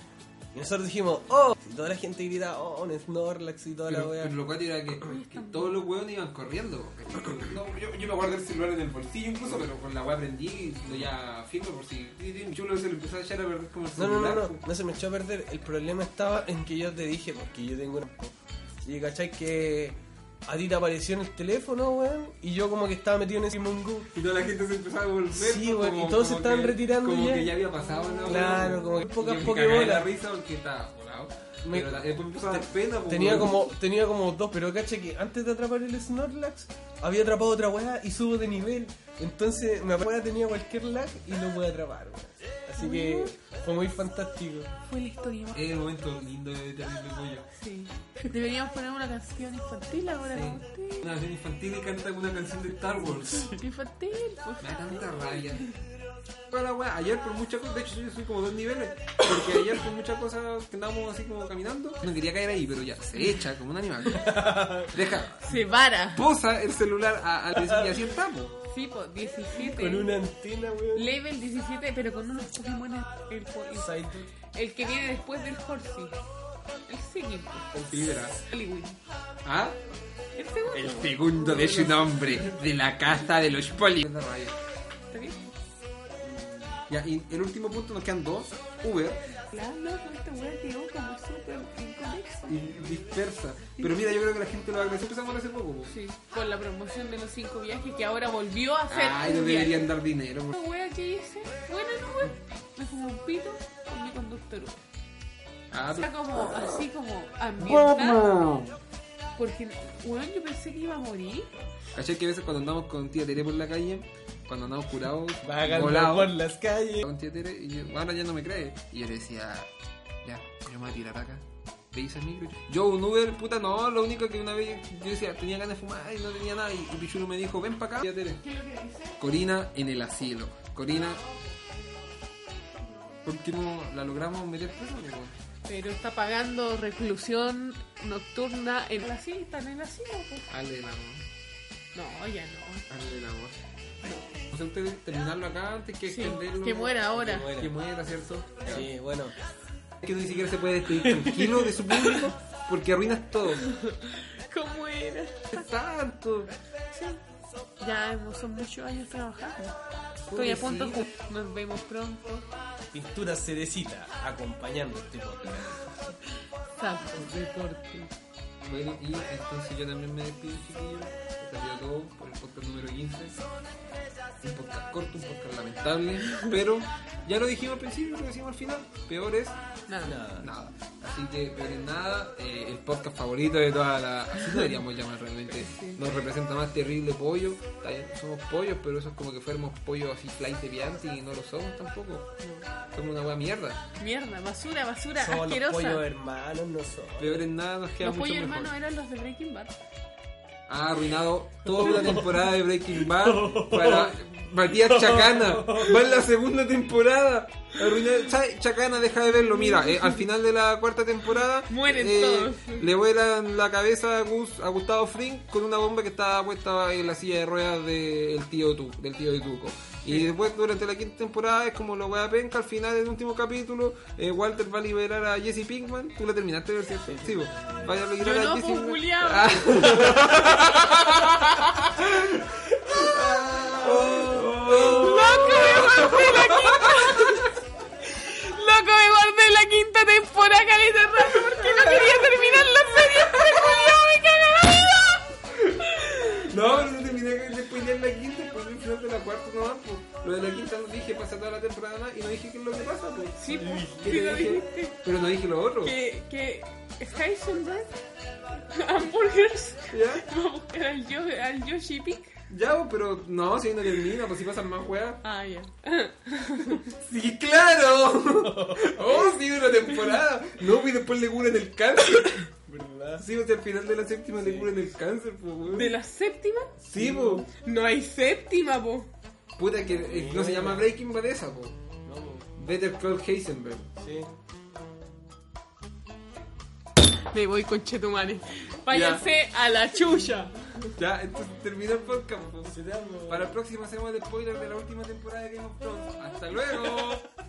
[SPEAKER 1] Y nosotros dijimos, oh, y toda la gente grita, oh, un Snorlax y toda la
[SPEAKER 2] Pero,
[SPEAKER 1] weá.
[SPEAKER 2] pero lo cual era que, que todos los weones iban corriendo. No, yo, yo me guardé el celular en el bolsillo incluso, pero con la weá prendí y lo ya firme por si. Pichulo se le empezó a echar a perder como el
[SPEAKER 1] No, no, no,
[SPEAKER 2] celular.
[SPEAKER 1] no, no se me echó a perder. El problema estaba en que yo te dije, porque yo tengo una. Y cachai que a ti te apareció en el teléfono, weón, y yo como que estaba metido en ese Mungo.
[SPEAKER 2] Y toda la gente se empezaba a volver.
[SPEAKER 1] Sí,
[SPEAKER 2] pues,
[SPEAKER 1] güey,
[SPEAKER 2] como-
[SPEAKER 1] y todos se
[SPEAKER 2] como
[SPEAKER 1] estaban
[SPEAKER 2] que-
[SPEAKER 1] retirando
[SPEAKER 2] Como
[SPEAKER 1] ya.
[SPEAKER 2] que ya había pasado, ¿no?
[SPEAKER 1] Claro,
[SPEAKER 2] Güey,
[SPEAKER 1] como que
[SPEAKER 2] y
[SPEAKER 1] pocas
[SPEAKER 2] yo me
[SPEAKER 1] pokebolas.
[SPEAKER 2] cagué la risa porque estaba volado.
[SPEAKER 1] Me-
[SPEAKER 2] Pero la- después empezó a dar pena. pues,
[SPEAKER 1] Tenía
[SPEAKER 2] güey.
[SPEAKER 1] como, tenía como dos, pero caché que antes de atrapar el Snorlax había atrapado otra weá y subo de nivel. Entonces me weá tenía cualquier lag y lo pude atrapar, weón. Así que fue muy fantástico.
[SPEAKER 3] Fue la historia más.
[SPEAKER 2] Es el momento lindo de este Terrible Pollo.
[SPEAKER 3] Sí. Deberíamos poner una canción infantil ahora.
[SPEAKER 2] Sí. Una canción infantil y canta una canción de Star Wars.
[SPEAKER 3] ¿no? Infantil, pues.
[SPEAKER 2] Me da tanta rabia. Toda la weá, ayer por muchas cosas, de hecho yo soy como dos niveles, porque ayer por muchas cosas que andábamos así como caminando, no quería caer ahí, pero ya, se echa como un animal. Deja,
[SPEAKER 3] Se vara.
[SPEAKER 2] posa el celular a, a, y así estamos.
[SPEAKER 3] Sí, pues, 17.
[SPEAKER 1] Con una antena, weón.
[SPEAKER 3] Level 17, pero con unos Pokémon. El, po- el,
[SPEAKER 1] Psyduck.
[SPEAKER 3] el que viene después del Horsey. El siguiente.
[SPEAKER 2] Con piedra.
[SPEAKER 3] Poliwin.
[SPEAKER 2] ¿Ah?
[SPEAKER 3] El segundo.
[SPEAKER 2] El segundo de su nombre, de la casa de los poli.
[SPEAKER 3] ¿Está bien?
[SPEAKER 2] Ya, y el último punto nos quedan dos. Uber
[SPEAKER 3] La loca, esta weá quedó como súper inconexa.
[SPEAKER 2] y dispersa. Pero mira, yo creo que la gente lo va a agradecer. Empezamos hace poco. po.
[SPEAKER 3] Sí, con la promoción de los cinco viajes que ahora volvió a hacer.
[SPEAKER 2] Ay, nos
[SPEAKER 3] un viaje.
[SPEAKER 2] Ah, deberían dar dinero.
[SPEAKER 3] Una wea que hice, buena no wea, me fumé un pito con mi conductor.
[SPEAKER 2] Ah,
[SPEAKER 3] Está como, así como ambiental,
[SPEAKER 2] pero...
[SPEAKER 3] porque weón yo pensé que iba a morir.
[SPEAKER 2] ¿Cachai que a veces cuando andamos con tía Tere por la calle, cuando andamos curados,
[SPEAKER 1] Vagando por
[SPEAKER 2] volados,
[SPEAKER 1] las calles.
[SPEAKER 2] con tía Tere, y yo, ahora ya no me cree. Y yo le decía, ya, yo me voy a tirar acá. ¿Veis el micro? Yo, un Uber, puta, no, lo único que una vez yo decía, tenía ganas de fumar y no tenía nada. Y, y Pichulo me dijo, ven para acá, tía Tere.
[SPEAKER 3] ¿Qué es lo que dice?
[SPEAKER 2] Corina en el asilo. Corina. ¿Por qué no la logramos meter presa? amigo?
[SPEAKER 3] Pero está pagando reclusión nocturna en la cinta, en la cinta. pues.
[SPEAKER 2] Hazle el amor.
[SPEAKER 3] No, ya no.
[SPEAKER 2] Hazle el amor. O sea, ustedes terminarlo acá antes que
[SPEAKER 3] Sí,
[SPEAKER 2] extenderlo.
[SPEAKER 3] que muera ahora.
[SPEAKER 1] muera.
[SPEAKER 2] Que muera, ¿cierto?
[SPEAKER 1] Sí, bueno.
[SPEAKER 2] Es que ni siquiera se puede despedir tranquilo de su público porque arruinas todo.
[SPEAKER 3] ¿Cómo era?
[SPEAKER 2] Tanto.
[SPEAKER 3] Sí. Ya hemos, son muchos años trabajando. Estoy a punto de ju- Nos vemos pronto.
[SPEAKER 1] Pintura cerecita, acompañando este podcast.
[SPEAKER 3] Sapo, deporte.
[SPEAKER 2] Bueno, y entonces yo también me despido, chiquillos. Esto ha sido todo por el podcast número 15. Un podcast corto, un podcast lamentable. Pero ya lo dijimos al principio, lo decimos al final. Peor es
[SPEAKER 3] Nada.
[SPEAKER 2] nada. Así que, peor es nada. eh, el podcast favorito de toda la. Así lo deberíamos llamar realmente. Nos representa más terrible pollo. Está bien, Somos pollos, pero eso es como que fuéramos pollos así flight de piante y no lo somos tampoco. Somos una buena mierda.
[SPEAKER 3] Mierda, basura, basura,
[SPEAKER 1] Somos los
[SPEAKER 3] asquerosa.
[SPEAKER 1] pollos hermanos nosotros.
[SPEAKER 2] Peor es nada, nos queda
[SPEAKER 3] Los
[SPEAKER 2] mucho
[SPEAKER 3] pollos
[SPEAKER 2] mejor.
[SPEAKER 3] hermanos eran los de Breaking Bad.
[SPEAKER 2] ha arruinado toda la temporada de Breaking Bad para Matías Chacana. Va en la segunda temporada. Arruinar- ¿sabe? Chacana deja de verlo. Mira, eh, al final de la cuarta temporada
[SPEAKER 3] Mueren
[SPEAKER 2] eh,
[SPEAKER 3] todos.
[SPEAKER 2] le vuelan la cabeza a, Gus- a Gustavo Fring con una bomba que estaba puesta en la silla de ruedas de- del tío Tu- del tío de Tuco. Y después durante la quinta temporada es como lo voy a penca, al final del último capítulo eh, Walter va a liberar a Jesse Pinkman. Tú la terminaste de ver, ¿cierto? Sí, vos. Va a liberar
[SPEAKER 3] Yo
[SPEAKER 2] a
[SPEAKER 3] no,
[SPEAKER 2] Jesse
[SPEAKER 3] pues,
[SPEAKER 2] Pinkman.
[SPEAKER 3] Julián.
[SPEAKER 2] Ah.
[SPEAKER 3] Loco, me guardé la quinta temporada, caleta de rato, porque no quería terminar la serie. Pero culiao, me caga la vida.
[SPEAKER 2] No, pero no terminé de spoilear la quinta, después el final de la cuarta nomás, pues. Lo de la quinta no dije, pasa toda la temporada más, y no dije qué es lo que pasa, pues.
[SPEAKER 3] Sí, pues,
[SPEAKER 2] ¿Qué
[SPEAKER 3] sí
[SPEAKER 2] te
[SPEAKER 3] lo
[SPEAKER 2] dije?
[SPEAKER 3] dijiste.
[SPEAKER 2] Pero no dije lo otro.
[SPEAKER 3] Que, que Heisenberg, Ah, hamburgers,
[SPEAKER 2] ¿Ya?
[SPEAKER 3] va a buscar al, yo, al Yoshi Pick.
[SPEAKER 2] Ya, pues, pero no, si ahí no termina, pues si pasan más juegas.
[SPEAKER 3] Ah, ya.
[SPEAKER 2] ¡Sí, claro! ¡Oh, sí, una temporada! No, pues y después le curan el cáncer.
[SPEAKER 1] ¿Verdad?
[SPEAKER 2] Sí, o sea, al final de la séptima le curan el cáncer, pues, weón.
[SPEAKER 3] ¿De la séptima?
[SPEAKER 2] Sí, pues.
[SPEAKER 3] No hay séptima, po.
[SPEAKER 2] Puta, que eh, no se llama Breaking Bad esa, pues.
[SPEAKER 1] No,
[SPEAKER 2] Better Call Heisenberg.
[SPEAKER 1] sí.
[SPEAKER 3] Me voy con Chetumane. Váyanse a la chulla.
[SPEAKER 2] Ya, entonces termina el podcast, pues.
[SPEAKER 1] Se te amo.
[SPEAKER 2] Para el próximo hacemos el spoiler de la última temporada de Game of Thrones. ¡Hasta luego!